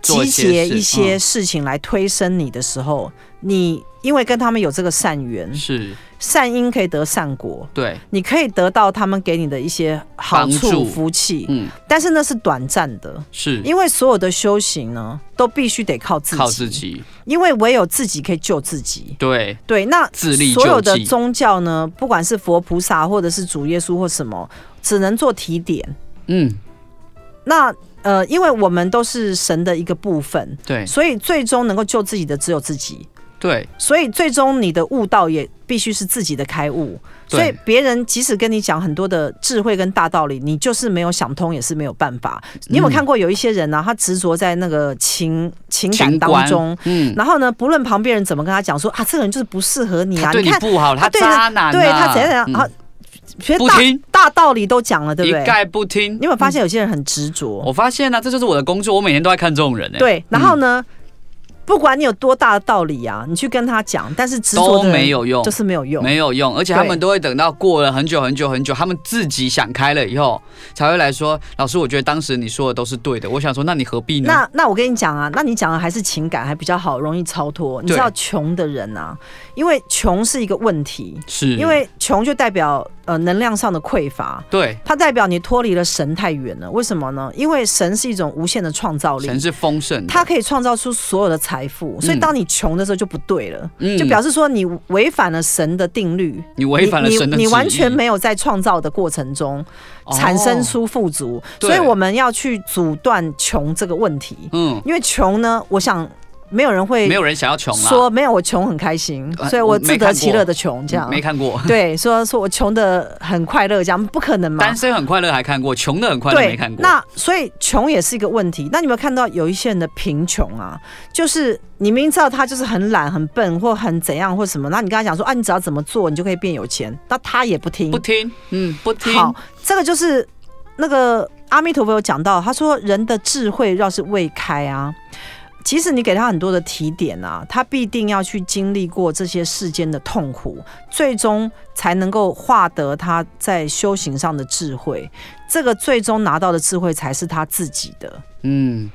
Speaker 2: 做
Speaker 1: 集
Speaker 2: 一些
Speaker 1: 结
Speaker 2: 事
Speaker 1: 一些
Speaker 2: 嗯
Speaker 1: 事情来推升你的时候，你因为跟他们有这个善缘，
Speaker 2: 是
Speaker 1: 善因可以得善果，
Speaker 2: 对，
Speaker 1: 你可以得到他们给你的一些好
Speaker 2: 帮助
Speaker 1: 处、福气，
Speaker 2: 嗯
Speaker 1: 但是那是短暂的，
Speaker 2: 是
Speaker 1: 因为所有的修行呢，都必须得靠自己，
Speaker 2: 靠自，己，
Speaker 1: 因为唯有自己可以救自己。
Speaker 2: 对
Speaker 1: 对，那
Speaker 2: 自力救
Speaker 1: 所
Speaker 2: 济
Speaker 1: 有的宗教呢，不管是佛菩萨或者是主耶稣或什么，只能做提点。
Speaker 2: 嗯
Speaker 1: 那呃，因为我们都是神的一个部分，
Speaker 2: 对
Speaker 1: 所以最终能够救自己的只有自己。
Speaker 2: 对
Speaker 1: 所以最终你的悟道也必须是自己的开悟。
Speaker 2: 对
Speaker 1: 所以别人即使跟你讲很多的智慧跟大道理，你就是没有想通，也是没有办法。你有没有看过有一些人呢、啊他执着在那个情情感
Speaker 2: 情
Speaker 1: 当
Speaker 2: 观
Speaker 1: 中，
Speaker 2: 嗯，
Speaker 1: 然后呢，不论旁边人怎么跟他讲说啊，这个人就是不适合你啊，
Speaker 2: 他对
Speaker 1: 你
Speaker 2: 你
Speaker 1: 看，
Speaker 2: 不好，
Speaker 1: 他对
Speaker 2: 渣男、啊，
Speaker 1: 对他怎样怎样
Speaker 2: 嗯
Speaker 1: 啊，其实
Speaker 2: 不
Speaker 1: 大
Speaker 2: 听
Speaker 1: 大道理都讲了，对
Speaker 2: 一
Speaker 1: 不对？
Speaker 2: 概嗯不听
Speaker 1: 你。有没有发现有些人很执着？
Speaker 2: 我发现呢、这就是我的工作，我每天都在看这种人哎、
Speaker 1: 对，然后呢？不管你有多大的道理啊，你去跟他讲，但是执着
Speaker 2: 都
Speaker 1: 的人
Speaker 2: 没有用
Speaker 1: 就，是没有用。
Speaker 2: 没有用，而且他们都会等到过了很久很久很久，他们自己想开了以后，才会来说，老师，我觉得当时你说的都是对的。我想说，那你何必呢？
Speaker 1: 那那我跟你讲啊，那你讲的还是情感还比较好，容易超脱。你知道穷的人啊，因为穷是一个问题，
Speaker 2: 是
Speaker 1: 因为穷就代表呃能量上的匮乏，
Speaker 2: 对
Speaker 1: 它代表你脱离了神太远了。为什么呢？因为神是一种无限的创造力
Speaker 2: 神。是丰盛的，
Speaker 1: 它可以创造出所有的财富，所以当你穷的时候就不对了，
Speaker 2: 嗯
Speaker 1: 就表示说你违反了神的定律，
Speaker 2: 你违反了神的
Speaker 1: 你你，你完
Speaker 2: 旨意
Speaker 1: 全没有在创造的过程中
Speaker 2: 哦
Speaker 1: 产生出富足，
Speaker 2: 对
Speaker 1: 所以我们要去阻断穷这个问题。
Speaker 2: 嗯，
Speaker 1: 因为穷呢，我想没有人会
Speaker 2: 没有人想要穷啦，啊嗯
Speaker 1: 说没有我穷很开心
Speaker 2: 呃，
Speaker 1: 所以我自得其乐的穷这
Speaker 2: 嗯
Speaker 1: 样。
Speaker 2: 没看过，
Speaker 1: 对，说说我穷的很快乐这样，不可能嘛？
Speaker 2: 单身很快乐还看过，穷的很快乐没
Speaker 1: 对
Speaker 2: 看，过，
Speaker 1: 那所以穷也是一个问题。那你有没有看到有一些人的贫穷啊？就是你明知道他就是很懒、很笨或很怎样或什么，那你跟他讲说啊，你只要怎么做，你就可以变有钱，那他也不听。
Speaker 2: 不听，嗯，不听，
Speaker 1: 好，这个就是那个阿弥陀佛有讲到，他说人的智慧要是未开啊，即使你给他很多的提点啊，他必定要去经历过这些世间的痛苦，最终才能够化得他在修行上的智慧。这个最终拿到的智慧才是他自己的，
Speaker 2: 嗯，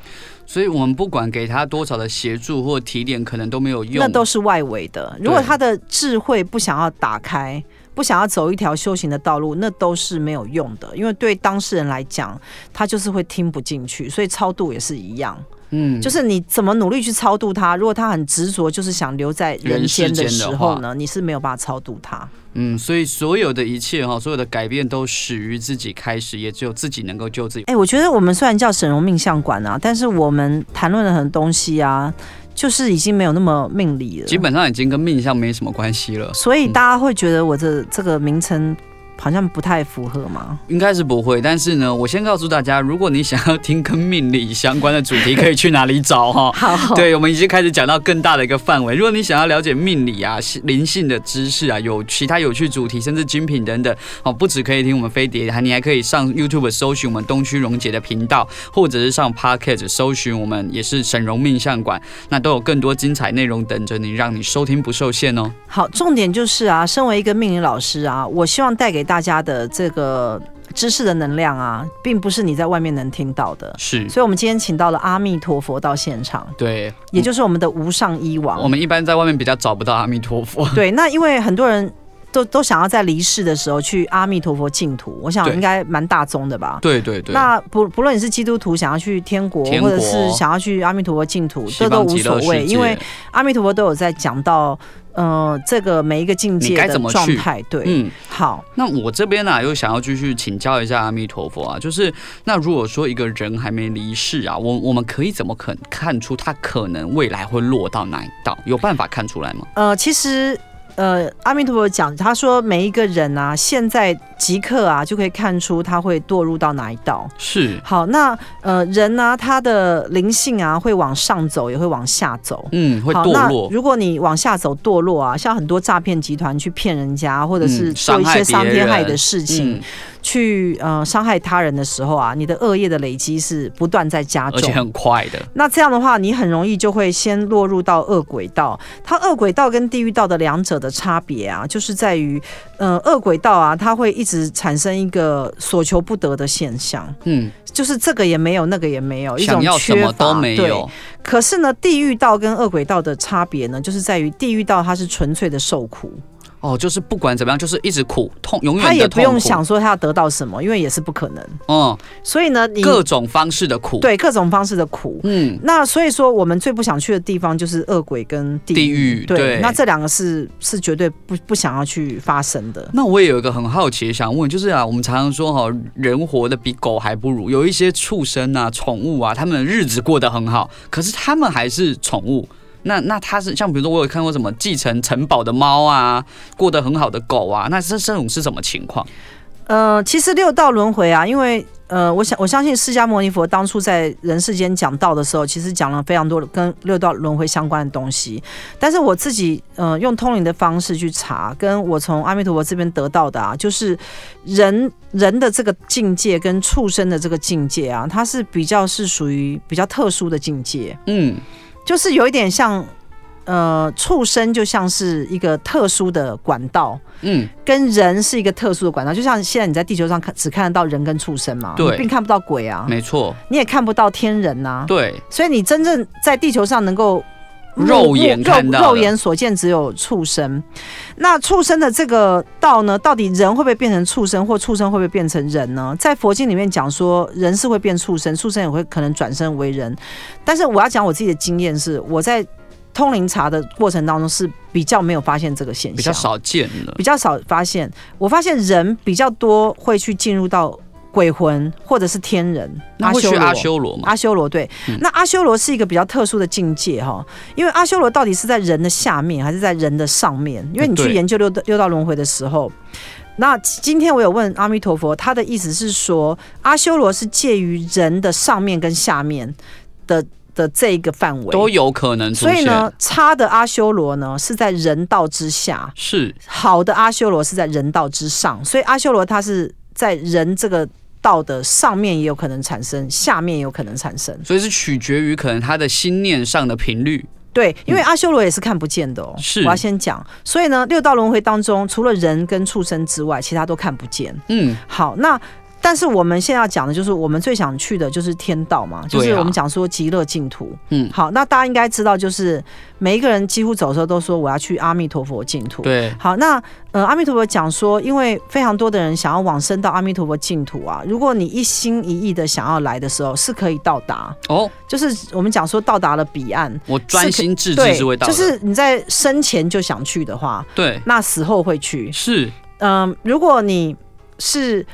Speaker 2: 所以我们不管给他多少的协助或提点，可能都没有用。
Speaker 1: 那都是外围的。如果
Speaker 2: 对
Speaker 1: 他的智慧不想要打开，不想要走一条修行的道路，那都是没有用的，因为对当事人来讲，他就是会听不进去，所以超度也是一样。
Speaker 2: 嗯，
Speaker 1: 就是是你怎么努力去超度他，如果他很执着，就是想留在人间的
Speaker 2: 人世
Speaker 1: 时
Speaker 2: 间的
Speaker 1: 候
Speaker 2: 话
Speaker 1: 呢，你是没有办法超度他。
Speaker 2: 嗯，所以所有的一切哈，所有的改变都始于自己开始，也只有自己能够救自己。
Speaker 1: 哎、我觉得我们虽然叫整容命相馆啊，但是我们谈论的很多东西啊，就是已经没有那么命理了。
Speaker 2: 基本上已经跟命相没什么关系了，
Speaker 1: 所以
Speaker 2: 嗯
Speaker 1: 大家会觉得我的这个名称好像不太符合嘛。
Speaker 2: 应该是不会。但是呢，我先告诉大家，如果你想要听跟命理相关的主题，可以去哪里找哈？
Speaker 1: 好，
Speaker 2: 对，我们已经开始讲到更大的一个范围。如果你想要了解命理啊、是灵性的知识啊，有其他有趣主题，甚至精品等等，哦，不只可以听我们飞碟，还你还可以上 YouTube 搜寻我们东区荣姐的频道，或者是上 Podcast 搜寻我们也是沈荣命相馆，那都有更多精彩内容等着你，让你收听不受限哦。
Speaker 1: 好，重点就是啊，身为一个命理老师啊，我希望带给大家的这个知识的能量啊，并不是你在外面能听到的。
Speaker 2: 是，
Speaker 1: 所以，我们今天请到了阿弥陀佛到现场，
Speaker 2: 对，
Speaker 1: 也就是我们的无上医王。
Speaker 2: 我们一般在外面比较找不到阿弥陀佛。
Speaker 1: 对，那因为很多人都都想要在离世的时候去阿弥陀佛净土，我想
Speaker 2: 对
Speaker 1: 应该蛮大宗的吧。
Speaker 2: 对对对，
Speaker 1: 那不不论你是基督徒想要去天国，
Speaker 2: 天
Speaker 1: 或者
Speaker 2: 国
Speaker 1: 是想要去阿弥陀佛净土，
Speaker 2: 西
Speaker 1: 这都
Speaker 2: 方
Speaker 1: 无
Speaker 2: 极
Speaker 1: 所
Speaker 2: 乐世
Speaker 1: 谓，
Speaker 2: 界
Speaker 1: 因为阿弥陀佛都有在讲到，呃，这个每一个境
Speaker 2: 你
Speaker 1: 界
Speaker 2: 该
Speaker 1: 的
Speaker 2: 怎么
Speaker 1: 状
Speaker 2: 去
Speaker 1: 态。对，
Speaker 2: 嗯。
Speaker 1: 好，
Speaker 2: 那我这边呢、又想要继续请教一下阿弥陀佛啊，就是那如果说一个人还没离世啊，我我们可以怎么可看出他可能未来会落到哪一道？有办法看出来吗？
Speaker 1: 呃，其实。呃，阿弥陀佛讲，他说每一个人啊，现在即刻啊，就可以看出他会堕入到哪一道。
Speaker 2: 是，
Speaker 1: 好，那呃，人呢、他的灵性啊，会往上走，也会往下走。
Speaker 2: 嗯，会
Speaker 1: 好，
Speaker 2: 堕落
Speaker 1: 那，如果你往下走堕落啊，像很多诈骗集团去骗人家，或者是
Speaker 2: 嗯
Speaker 1: 做一些伤
Speaker 2: 伤害别
Speaker 1: 天
Speaker 2: 人
Speaker 1: 害的事情，
Speaker 2: 嗯，
Speaker 1: 去呃伤害他人的时候啊，你的恶业的累积是不断在加
Speaker 2: 而且
Speaker 1: 重。
Speaker 2: 很快的，
Speaker 1: 那这样的话，你很容易就会先落入到恶轨道。它恶轨道跟地狱道的两者的差别啊，就是在于，呃，恶轨道啊，它会一直产生一个所求不得的现象，
Speaker 2: 嗯，
Speaker 1: 就是这个也没有，那个也没有，一种
Speaker 2: 想要什
Speaker 1: 缺
Speaker 2: 么
Speaker 1: 乏
Speaker 2: 都没
Speaker 1: 对
Speaker 2: 有，
Speaker 1: 可是呢，地狱道跟恶鬼道的差别呢，就是在于地狱道它是纯粹的受苦，
Speaker 2: 哦，就是不管怎么样，就是一直苦痛，永远的
Speaker 1: 他也
Speaker 2: 痛
Speaker 1: 不用
Speaker 2: 苦，
Speaker 1: 想说他要得到什么，因为也是不可能。
Speaker 2: 嗯，
Speaker 1: 所以呢，你
Speaker 2: 各种方式的苦，，
Speaker 1: 对各种方式的苦。
Speaker 2: 嗯，
Speaker 1: 那所以说，我们最不想去的地方就是恶鬼跟地狱。
Speaker 2: 地狱，
Speaker 1: 对，
Speaker 2: 对，
Speaker 1: 那这两个是是绝对不不想要去发生的。
Speaker 2: 那我也有一个很好奇想问，就是啊，我们常常说哈、人活的比狗还不如，有一些畜生啊、宠物啊，他们的日子过得很好，可是他们还是宠物。那那它是像比如说我有看过什么继承城堡的猫啊，过得很好的狗啊，那这这种是什么情况？
Speaker 1: 呃，其实六道轮回啊，因为呃，我想我相信释迦牟尼佛当初在人世间讲道的时候，其实讲了非常多的跟六道轮回相关的东西。但是我自己呃用通灵的方式去查，跟我从阿弥陀佛这边得到的啊，就是人人的这个境界跟畜生的这个境界啊，它是比较是属于比较特殊的境界，
Speaker 2: 嗯，
Speaker 1: 就是有一点像呃畜生就像是一个特殊的管道。
Speaker 2: 嗯，
Speaker 1: 跟人是一个特殊的管道，就像现在你在地球上看只看得到人跟畜生嘛，
Speaker 2: 对
Speaker 1: 你并看不到鬼啊，
Speaker 2: 没错，
Speaker 1: 你也看不到天人啊呐、
Speaker 2: 对，
Speaker 1: 所以你真正在地球上能够
Speaker 2: 肉眼
Speaker 1: 肉
Speaker 2: 看到的
Speaker 1: 肉眼所见只有畜生。那畜生的这个道呢，到底人会不会变成畜生，或畜生会不会变成人呢？在佛经里面讲说，人是会变畜生，畜生也会可能转身为人。但是我要讲我自己的经验是，我在通灵查的过程当中是比较没有发现这个现象，
Speaker 2: 比较少见了。
Speaker 1: 比较少发现。我发现人比较多会去进入到鬼魂或者是天人，
Speaker 2: 那会去
Speaker 1: 罗
Speaker 2: 阿修罗吗？
Speaker 1: 阿修罗对，
Speaker 2: 嗯
Speaker 1: 那阿修罗是一个比较特殊的境界哈，因为阿修罗到底是在人的下面还是在人的上面？因为你去
Speaker 2: 哎对
Speaker 1: 研究六道六道轮回的时候，那今天我有问阿弥陀佛，他的意思是说，阿修罗是介于人的上面跟下面的的这一个范围，
Speaker 2: 都有可能出
Speaker 1: 所以
Speaker 2: 现。
Speaker 1: 呢，差的阿修罗呢是在人道之下，
Speaker 2: 是
Speaker 1: 好的阿修罗是在人道之上，所以阿修罗他是在人这个。道德上面也有可能产生，下面也有可能产生。
Speaker 2: 所以是取决于可能他的心念上的频率。
Speaker 1: 对，因为阿修罗也是看不见的哦。
Speaker 2: 嗯是
Speaker 1: 我要先讲。所以呢，六道轮回当中，除了人跟畜生之外，其他都看不见。
Speaker 2: 嗯，
Speaker 1: 好，那但是我们现在要讲的就是，我们最想去的就是天道嘛，就是
Speaker 2: 对啊
Speaker 1: 我们讲说极乐净土。
Speaker 2: 嗯
Speaker 1: 好，那大家应该知道，就是每一个人几乎走的时候都说我要去阿弥陀佛净土。
Speaker 2: 对，
Speaker 1: 好，那呃，阿弥陀佛讲说，因为非常多的人想要往生到阿弥陀佛净土啊，如果你一心一意的想要来的时候，是可以到达，
Speaker 2: 哦，
Speaker 1: 就是我们讲说到达了彼岸，
Speaker 2: 我专心致志
Speaker 1: 对，
Speaker 2: 是会到
Speaker 1: 就
Speaker 2: 的，
Speaker 1: 是你在生前就想去的话，
Speaker 2: 对，
Speaker 1: 那死后会去。
Speaker 2: 是
Speaker 1: 嗯、如果你是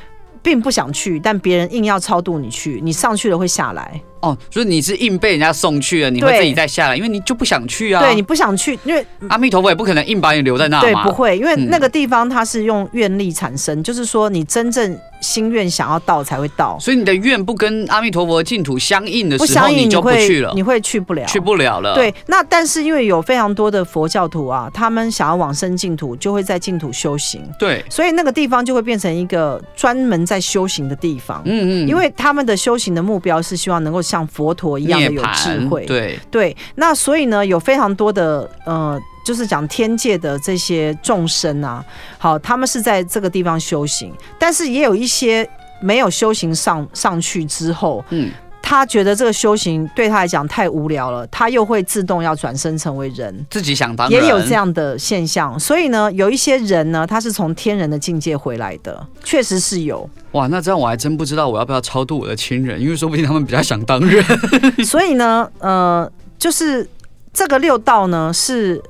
Speaker 1: 并不想去，但别人硬要超度你去，你上去了会下来。
Speaker 2: 哦，就是你是硬被人家送去了，你会
Speaker 1: 对
Speaker 2: 自己再下来，因为你就不想去啊。
Speaker 1: 对你不想去，因为
Speaker 2: 阿弥陀佛也不可能硬把你留在那
Speaker 1: 对
Speaker 2: 嘛。
Speaker 1: 不会，因为
Speaker 2: 嗯
Speaker 1: 那个地方它是用愿力产生，就是说你真正心愿想要到才会到。
Speaker 2: 所以你的愿不跟阿弥陀佛净土相应的
Speaker 1: 不
Speaker 2: 时候，
Speaker 1: 相应
Speaker 2: 你就不
Speaker 1: 会
Speaker 2: 去了
Speaker 1: 你，会去不了，
Speaker 2: 去不了了。，
Speaker 1: 对。那但是因为有非常多的佛教徒啊，他们想要往生净土，就会在净土修行，
Speaker 2: 对，
Speaker 1: 所以那个地方就会变成一个专门在修行的地方。
Speaker 2: 嗯嗯，
Speaker 1: 因为他们的修行的目标是希望能够像佛陀一样的
Speaker 2: 涅
Speaker 1: 有
Speaker 2: 槃嗯
Speaker 1: 智慧，
Speaker 2: 对，
Speaker 1: 对那所以呢，有非常多的呃，就是讲天界的这些众生啊，好，他们是在这个地方修行，但是也有一些没有修行上上去之后，
Speaker 2: 嗯，
Speaker 1: 他觉得这个修行对他来讲太无聊了，他又会自动要转身成为人，
Speaker 2: 自己想当
Speaker 1: 也
Speaker 2: 人
Speaker 1: 有这，样的现象。所以呢，有一些人呢，他是从天人的境界回来的，确实是 有。
Speaker 2: 哇，那这样我还真不知道我要不要超度我的亲人，因为说不定他们比较想当人。
Speaker 1: 所以呢，呃，就是这个六道呢，是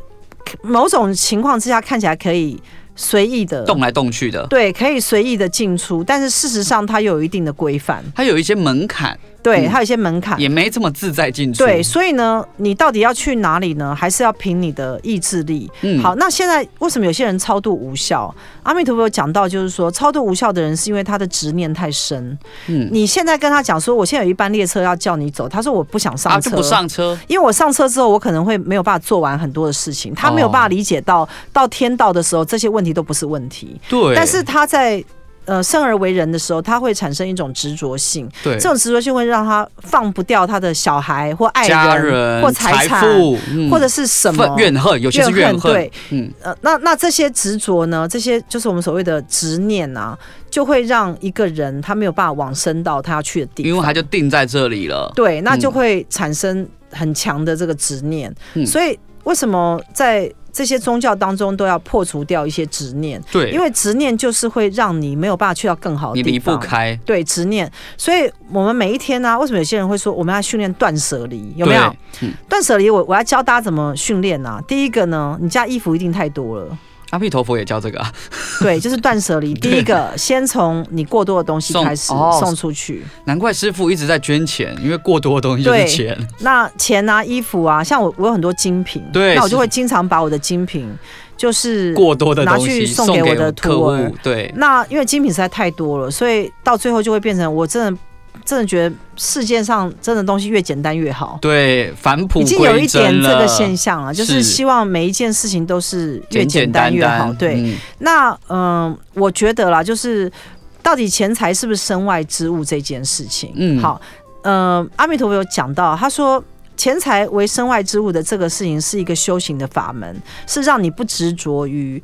Speaker 1: 某种情况之下看起来可以随意的
Speaker 2: 动来动去的，
Speaker 1: 对，可以随意的进出，但是事实上它又有一定的规范，
Speaker 2: 它有一些门槛，
Speaker 1: 对，
Speaker 2: 嗯
Speaker 1: 它有一些门槛。
Speaker 2: 也没这么自在进出。
Speaker 1: 啊对，，所以呢，你到底要去哪里呢？还是要凭你的意志力？
Speaker 2: 嗯
Speaker 1: 好，，那现在为什么有些人超度无效？阿弥陀佛有讲到，就是说超度无效的人是因为他的执念太深。
Speaker 2: 嗯，
Speaker 1: 你现在跟他讲说，我现在有一班列车要叫你走，他说我不想上
Speaker 2: 啊，
Speaker 1: 车，
Speaker 2: 就不上车，
Speaker 1: 因为我上车之后，我可能会没有办法做完很多的事情，他没有办法理解到、到天道的时候，这些问题都不是问题。
Speaker 2: 对，
Speaker 1: 但是他在呃生而为人的时候，他会产生一种执着性，
Speaker 2: 对
Speaker 1: 这种执着性会让他放不掉他的小孩或爱
Speaker 2: 家
Speaker 1: 人
Speaker 2: 人
Speaker 1: 或财产
Speaker 2: 富，嗯
Speaker 1: 或者是什么
Speaker 2: 愤怨恨，有些是怨恨，
Speaker 1: 对，
Speaker 2: 嗯，
Speaker 1: 呃，那那这些执着呢，这些就是我们所谓的执念啊，就会让一个人他没有办法往生到他要去的地方，
Speaker 2: 因为嗯他就定在这里了。
Speaker 1: 对，那就会产生很强的这个执念。
Speaker 2: 嗯
Speaker 1: 所以为什么在这些宗教当中都要破除掉一些执念？
Speaker 2: 对，
Speaker 1: 因为执念就是会让你没有办法去到更好的
Speaker 2: 你
Speaker 1: 地
Speaker 2: 离
Speaker 1: 方。
Speaker 2: 不开，
Speaker 1: 对执念，所以我们每一天呢、为什么有些人会说我们要训练断舍离？有没有
Speaker 2: 对？
Speaker 1: 断舍离我，我要教大家怎么训练呢、第一个呢，你家衣服一定太多了，
Speaker 2: 阿弥陀佛也教这个啊，
Speaker 1: 对，就是断舍离。第一个，先从你过多的东西
Speaker 2: 送
Speaker 1: 开始
Speaker 2: 哦
Speaker 1: 送出去。
Speaker 2: 难怪师傅一直在捐钱，因为过多的东西就是
Speaker 1: 对
Speaker 2: 钱。
Speaker 1: 那钱啊、衣服啊，像我我有很多精品，
Speaker 2: 对
Speaker 1: 那我就是会经常把我的精品就是。
Speaker 2: 过多的东
Speaker 1: 拿
Speaker 2: 西
Speaker 1: 去送给我的
Speaker 2: 客
Speaker 1: 徒儿
Speaker 2: 户，对，
Speaker 1: 那因为精品实在太多了，所以到最后就会变成我真的真的觉得世界上真的东西越简单越好。
Speaker 2: 对，返璞
Speaker 1: 已经有
Speaker 2: 归
Speaker 1: 一点
Speaker 2: 真
Speaker 1: 这
Speaker 2: 了
Speaker 1: 个。现象了，就是
Speaker 2: 是
Speaker 1: 希望每一件事情都是越
Speaker 2: 简
Speaker 1: 简
Speaker 2: 简
Speaker 1: 单
Speaker 2: 单
Speaker 1: 越好。
Speaker 2: 单
Speaker 1: 对，
Speaker 2: 嗯
Speaker 1: 那嗯、我觉得啦，就是到底钱财是不是身外之物这件事情？
Speaker 2: 嗯
Speaker 1: 好，呃，阿弥陀佛有讲到，他说。钱财为身外之物的这个事情是一个修行的法门，是让你不执着于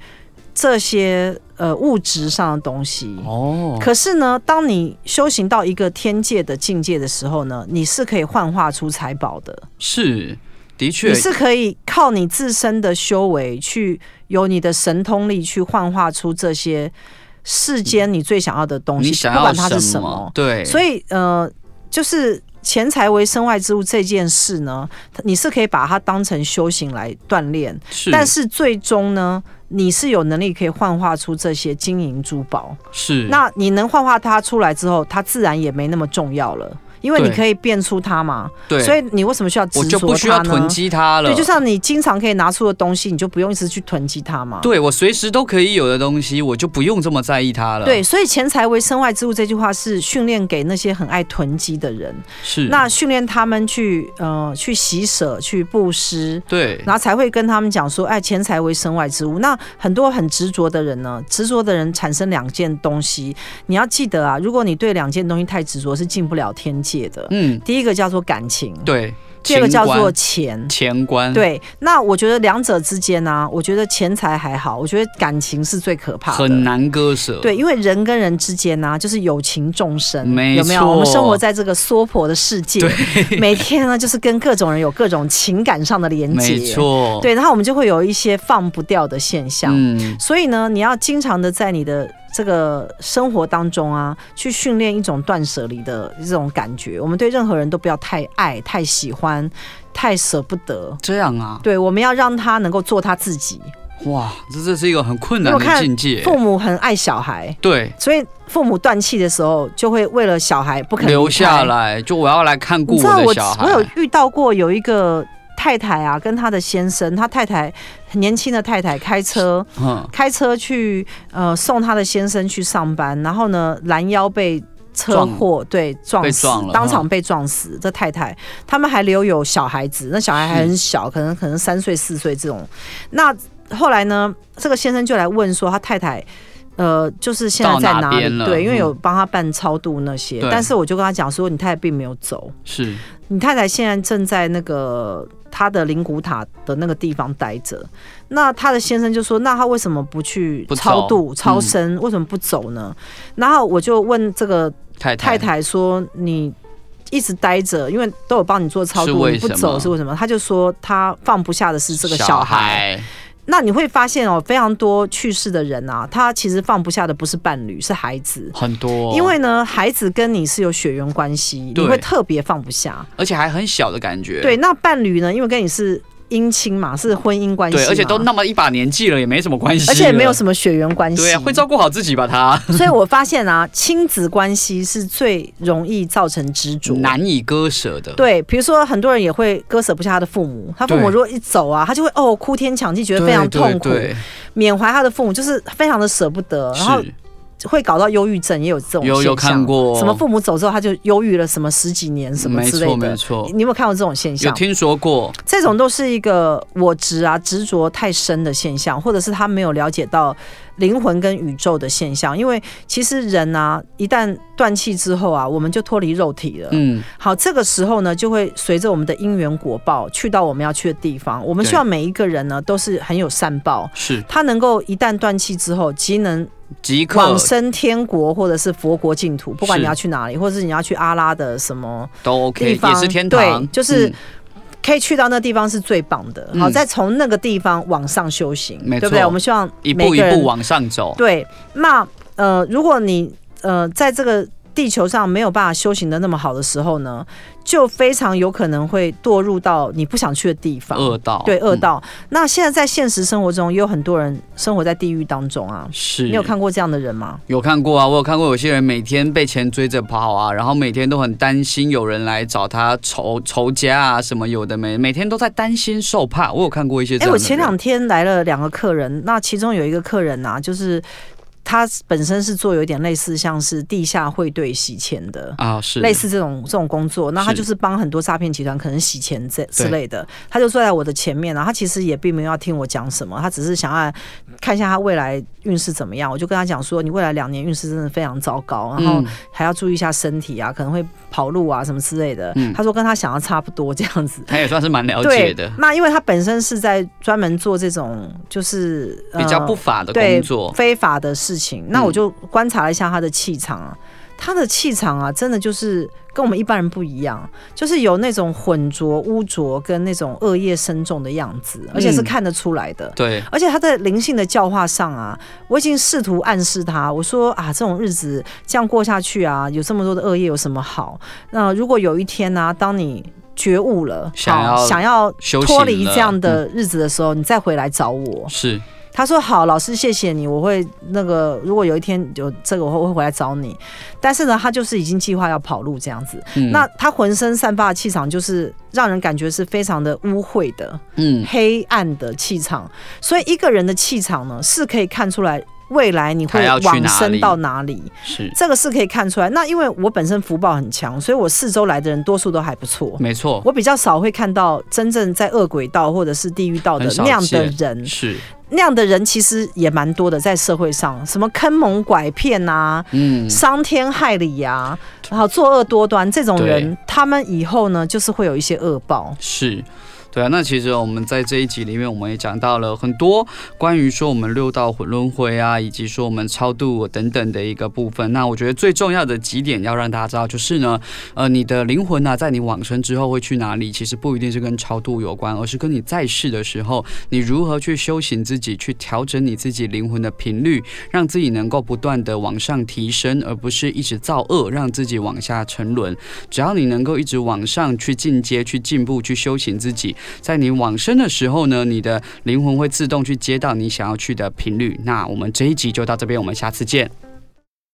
Speaker 1: 这些呃物质上的东西。
Speaker 2: 哦，
Speaker 1: 可是呢，当你修行到一个天界的境界的时候呢，你是可以幻化出财宝的。
Speaker 2: 是，的确
Speaker 1: 你，是可以靠你自身的修为去，有你的神通力去幻化出这些世间你最想要的东西，
Speaker 2: 你想
Speaker 1: 不
Speaker 2: 要
Speaker 1: 管它是
Speaker 2: 什
Speaker 1: 什
Speaker 2: 么
Speaker 1: 么？。
Speaker 2: 对，
Speaker 1: 所
Speaker 2: 以
Speaker 1: 以呃，就是钱财为身外之物这件事呢，它你是可以把它当成修行来锻炼，
Speaker 2: 是，
Speaker 1: 但是最终呢，你是有能力可以幻化出这些金银珠宝。
Speaker 2: 是
Speaker 1: 那你能幻化它出来之后，它自然也没那么重要了。因为你
Speaker 2: 对
Speaker 1: 可以变出它嘛，
Speaker 2: 对，
Speaker 1: 所以你为什么需要执
Speaker 2: 我
Speaker 1: 着
Speaker 2: 就
Speaker 1: 它呢？
Speaker 2: 不需要囤积它了。
Speaker 1: 对，就像你经常可以拿出的东西，你就不用一直去囤积它嘛。
Speaker 2: 对我随时都可以有的东西，我就不用这么在意它了。
Speaker 1: 对，，所以“钱财为身外之物”这句话是训练给那些很爱囤积的人，
Speaker 2: 是
Speaker 1: 那训练他们去呃去洗舍、去布施，
Speaker 2: 对
Speaker 1: 然后才会跟他们讲说，哎，钱财为身外之物。那很多很执着的人呢，执着的人产生两件东西，你要记得啊，如果你对两件东西太执着，是进不了天界的。
Speaker 2: 嗯
Speaker 1: 第一个叫做感情，
Speaker 2: 对，
Speaker 1: 第二个叫做
Speaker 2: 钱
Speaker 1: 钱
Speaker 2: 关。钱关，
Speaker 1: 对，那我觉得两者之间呢、我觉得钱财还好，我觉得感情是最可怕的，
Speaker 2: 很难割舍。
Speaker 1: 对，因为人跟人之间呢、啊就是有情众生，
Speaker 2: 没
Speaker 1: 有没有？我们生活
Speaker 2: 错
Speaker 1: 在这个娑婆的世界，每天呢就是跟各种人有各种情感上的连接，
Speaker 2: 没错，，
Speaker 1: 对，然后我们就会有一些放不掉的现象。
Speaker 2: 嗯，
Speaker 1: 所以呢，你要经常的在你的这个生活当中啊，去训练一种断舍离的这种感觉。我们对任何人都不要太爱、太喜欢、太舍不得。
Speaker 2: 这样啊，
Speaker 1: 对，我们要让他能够做他自己。
Speaker 2: 哇，这这是一个很困难
Speaker 1: 因为我
Speaker 2: 的
Speaker 1: 看
Speaker 2: 境界。
Speaker 1: 父母很爱小孩，
Speaker 2: 对，
Speaker 1: 所以父母断气的时候，就会为了小孩不肯离
Speaker 2: 留下
Speaker 1: 开。
Speaker 2: 来，就我要来看顾
Speaker 1: 你知道
Speaker 2: 的
Speaker 1: 我
Speaker 2: 小孩。
Speaker 1: 我有遇到过有一个太太啊，跟她的先生，她太太很年轻的太太开车
Speaker 2: 嗯，
Speaker 1: 开车去呃送她的先生去上班，然后呢拦腰被。车祸对撞
Speaker 2: 被
Speaker 1: 死
Speaker 2: 撞了
Speaker 1: 当场被撞死。这太太他们还留有小孩子，那小孩还很小，可能可能三岁四岁这种。那后来呢，这个先生就来问说，他太太呃，就是现在
Speaker 2: 到
Speaker 1: 在
Speaker 2: 哪
Speaker 1: 哪里
Speaker 2: 边？了
Speaker 1: 对，因为
Speaker 2: 嗯
Speaker 1: 有帮他办超度那些，
Speaker 2: 对
Speaker 1: 但是我就跟他讲说，你太太并没有走，
Speaker 2: 是
Speaker 1: 你太太现在正在那个她的灵骨塔的那个地方待着。那她的先生就说：“那她为什么不去
Speaker 2: 不走
Speaker 1: 超度、超
Speaker 2: 嗯
Speaker 1: 生？为什么不走呢？”然后我就问这个
Speaker 2: 太
Speaker 1: 太太说：“你一直待着，因为都有帮你做超
Speaker 2: 是
Speaker 1: 度，
Speaker 2: 为
Speaker 1: 你不
Speaker 2: 什么
Speaker 1: 走是为什么？”她就说：“她放不下的是这个
Speaker 2: 小
Speaker 1: 小孩。”那你会发现哦，非常多去世的人啊，他其实放不下的不是伴侣，是孩子。
Speaker 2: 很多，
Speaker 1: 因为呢，孩子跟你是有血缘关系，你
Speaker 2: 哦对
Speaker 1: 会特别放不下。
Speaker 2: 而且还很小的感觉。
Speaker 1: 对，那伴侣呢？因为跟你是姻亲嘛，是婚姻关系嘛，
Speaker 2: 对，而且都那么一把年纪了，也没什么关系了，
Speaker 1: 而且也没有什么血缘关系，
Speaker 2: 对啊，会照顾好自己吧，他
Speaker 1: 所以我发现啊，亲子关系是最容易造成执着。
Speaker 2: 难以割舍的。
Speaker 1: 对，比如说很多人也会割舍不下他的父母，他父母
Speaker 2: 对
Speaker 1: 如果一走啊，他就会哦哭天抢地，觉得
Speaker 2: 对，
Speaker 1: 非常痛苦，
Speaker 2: 对
Speaker 1: 缅怀他的父母就是非常的舍不得，
Speaker 2: 对
Speaker 1: 然后
Speaker 2: 是
Speaker 1: 会搞到忧郁症，也有这种
Speaker 2: 有
Speaker 1: 现象。
Speaker 2: 有看过
Speaker 1: 什么父母走之后他就忧郁了，什么十几年什么
Speaker 2: 没
Speaker 1: 之类
Speaker 2: 错没
Speaker 1: 的，
Speaker 2: 错，
Speaker 1: 你有没有看过这种现
Speaker 2: 有
Speaker 1: 象？
Speaker 2: 听说过，
Speaker 1: 这种都是一个我执啊执着太深的现象，或者是他没有了解到灵魂跟宇宙的现象。因为其实人啊，一旦断气之后啊，我们就脱离肉体了。
Speaker 2: 嗯，
Speaker 1: 好，这个时候呢，就会随着我们的因缘果报去到我们要去的地方。我们
Speaker 2: 对
Speaker 1: 希望每一个人呢，都是很有善报。
Speaker 2: 是
Speaker 1: 他能够一旦断气之后，即能
Speaker 2: 即刻
Speaker 1: 往生天国或者是佛国净土，不管
Speaker 2: 是
Speaker 1: 你要去哪里，或者是你要去阿拉的什么
Speaker 2: 都
Speaker 1: 地
Speaker 2: OK，也
Speaker 1: 方
Speaker 2: 是天
Speaker 1: 对
Speaker 2: 堂，
Speaker 1: 就是
Speaker 2: 嗯
Speaker 1: 可以去到那地方是最棒的。
Speaker 2: 嗯
Speaker 1: 好，再从那个地方往上修行，
Speaker 2: 没
Speaker 1: 对不
Speaker 2: 错
Speaker 1: 对？我们希望
Speaker 2: 一
Speaker 1: 每
Speaker 2: 步
Speaker 1: 个
Speaker 2: 一
Speaker 1: 人
Speaker 2: 步往上走，
Speaker 1: 对。那呃，如果你呃在这个地球上没有办法修行的那么好的时候呢，就非常有可能会堕入到你不想去的地方，
Speaker 2: 恶道，
Speaker 1: 对恶
Speaker 2: 嗯
Speaker 1: 道。那现在在现实生活中，也有很多人生活在地狱当中啊。
Speaker 2: 是
Speaker 1: 你有看过这样的人吗？
Speaker 2: 有看过啊，我有看过有些人每天被钱追着跑啊，然后每天都很担心有人来找他仇仇家啊，什么有的没，每天都在担心受怕。我有看过一些
Speaker 1: 哎、
Speaker 2: 这样的
Speaker 1: 我
Speaker 2: 人。
Speaker 1: 前两天来了两个客人，那其中有一个客人呐、就是他本身是做有点类似像是地下汇兑洗钱的。
Speaker 2: 啊是
Speaker 1: 类似这种这种工作，那他
Speaker 2: 是
Speaker 1: 就是帮很多诈骗集团可能洗钱这之类的，他就坐在我的前面，啊然后他其实也并没有要听我讲什么，他只是想要看一下他未来运势怎么样。我就跟他讲说，你未来两年运势真的非常糟糕，然后
Speaker 2: 嗯
Speaker 1: 还要注意一下身体啊，可能会跑路啊什么之类的。
Speaker 2: 嗯
Speaker 1: 他说跟他想要差不多这样子，
Speaker 2: 他也算是蛮了解
Speaker 1: 对
Speaker 2: 的，
Speaker 1: 那因为他本身是在专门做这种就是、呃
Speaker 2: 比较不法的
Speaker 1: 对
Speaker 2: 工作，
Speaker 1: 非法的事情，那
Speaker 2: 嗯
Speaker 1: 我就观察了一下他的气场啊。他的气场啊，真的就是跟我们一般人不一样，就是有那种浑浊、污浊跟那种恶业深重的样子，而
Speaker 2: 嗯
Speaker 1: 且是看得出来的。
Speaker 2: 对
Speaker 1: 而且他在灵性的教化上啊，我已经试图暗示他，我说啊，这种日子这样过下去啊，有这么多的恶业有什么好？那如果有一天呢、当你觉悟了，
Speaker 2: 想
Speaker 1: 好
Speaker 2: 要
Speaker 1: 想要
Speaker 2: 修行
Speaker 1: 脱离
Speaker 2: 了
Speaker 1: 这样
Speaker 2: 嗯
Speaker 1: 的日子的时候，你再回来找我。
Speaker 2: 是
Speaker 1: 他说好，老师谢谢你，我会那个，如果有一天有这个，我会我会回来找你。但是呢，他就是已经计划要跑路这样子。
Speaker 2: 嗯
Speaker 1: 那他浑身散发的气场，就是让人感觉是非常的污秽的、
Speaker 2: 嗯
Speaker 1: 黑暗的气场。所以一个人的气场呢，是可以看出来未来你
Speaker 2: 他
Speaker 1: 会
Speaker 2: 要去
Speaker 1: 往
Speaker 2: 哪
Speaker 1: 生
Speaker 2: 里
Speaker 1: 到哪里。
Speaker 2: 是
Speaker 1: 这个是可以看出来。那因为我本身福报很强，所以我四周来的人多数都还不错。
Speaker 2: 没错，
Speaker 1: 我比较少会看到真正在恶鬼道或者是地狱道的
Speaker 2: 很少
Speaker 1: 那样的
Speaker 2: 见
Speaker 1: 人，
Speaker 2: 是
Speaker 1: 那样的人其实也蛮多的，在社会上，什么坑蒙拐骗啊、
Speaker 2: 嗯
Speaker 1: 伤天害理呀、然后作恶多端这种人
Speaker 2: 对，
Speaker 1: 他们以后呢，就是会有一些恶报。
Speaker 2: 是。对啊，那其实我们在这一集里面，我们也讲到了很多关于说我们六道混轮回啊，以及说我们超度等等的一个部分。那我觉得最重要的几点要让大家知道，就是呢，呃，你的灵魂呢、啊，在你往生之后会去哪里，其实不一定是跟超度有关，而是跟你在世的时候，你如何去修行自己，去调整你自己灵魂的频率，让自己能够不断的往上提升，而不是一直造恶，让自己往下沉沦。只要你能够一直往上去进阶、去进步、去修行自己，在你往生的时候呢，你的灵魂会自动去接到你想要去的频率。那我们这一集就到这边，我们下次见，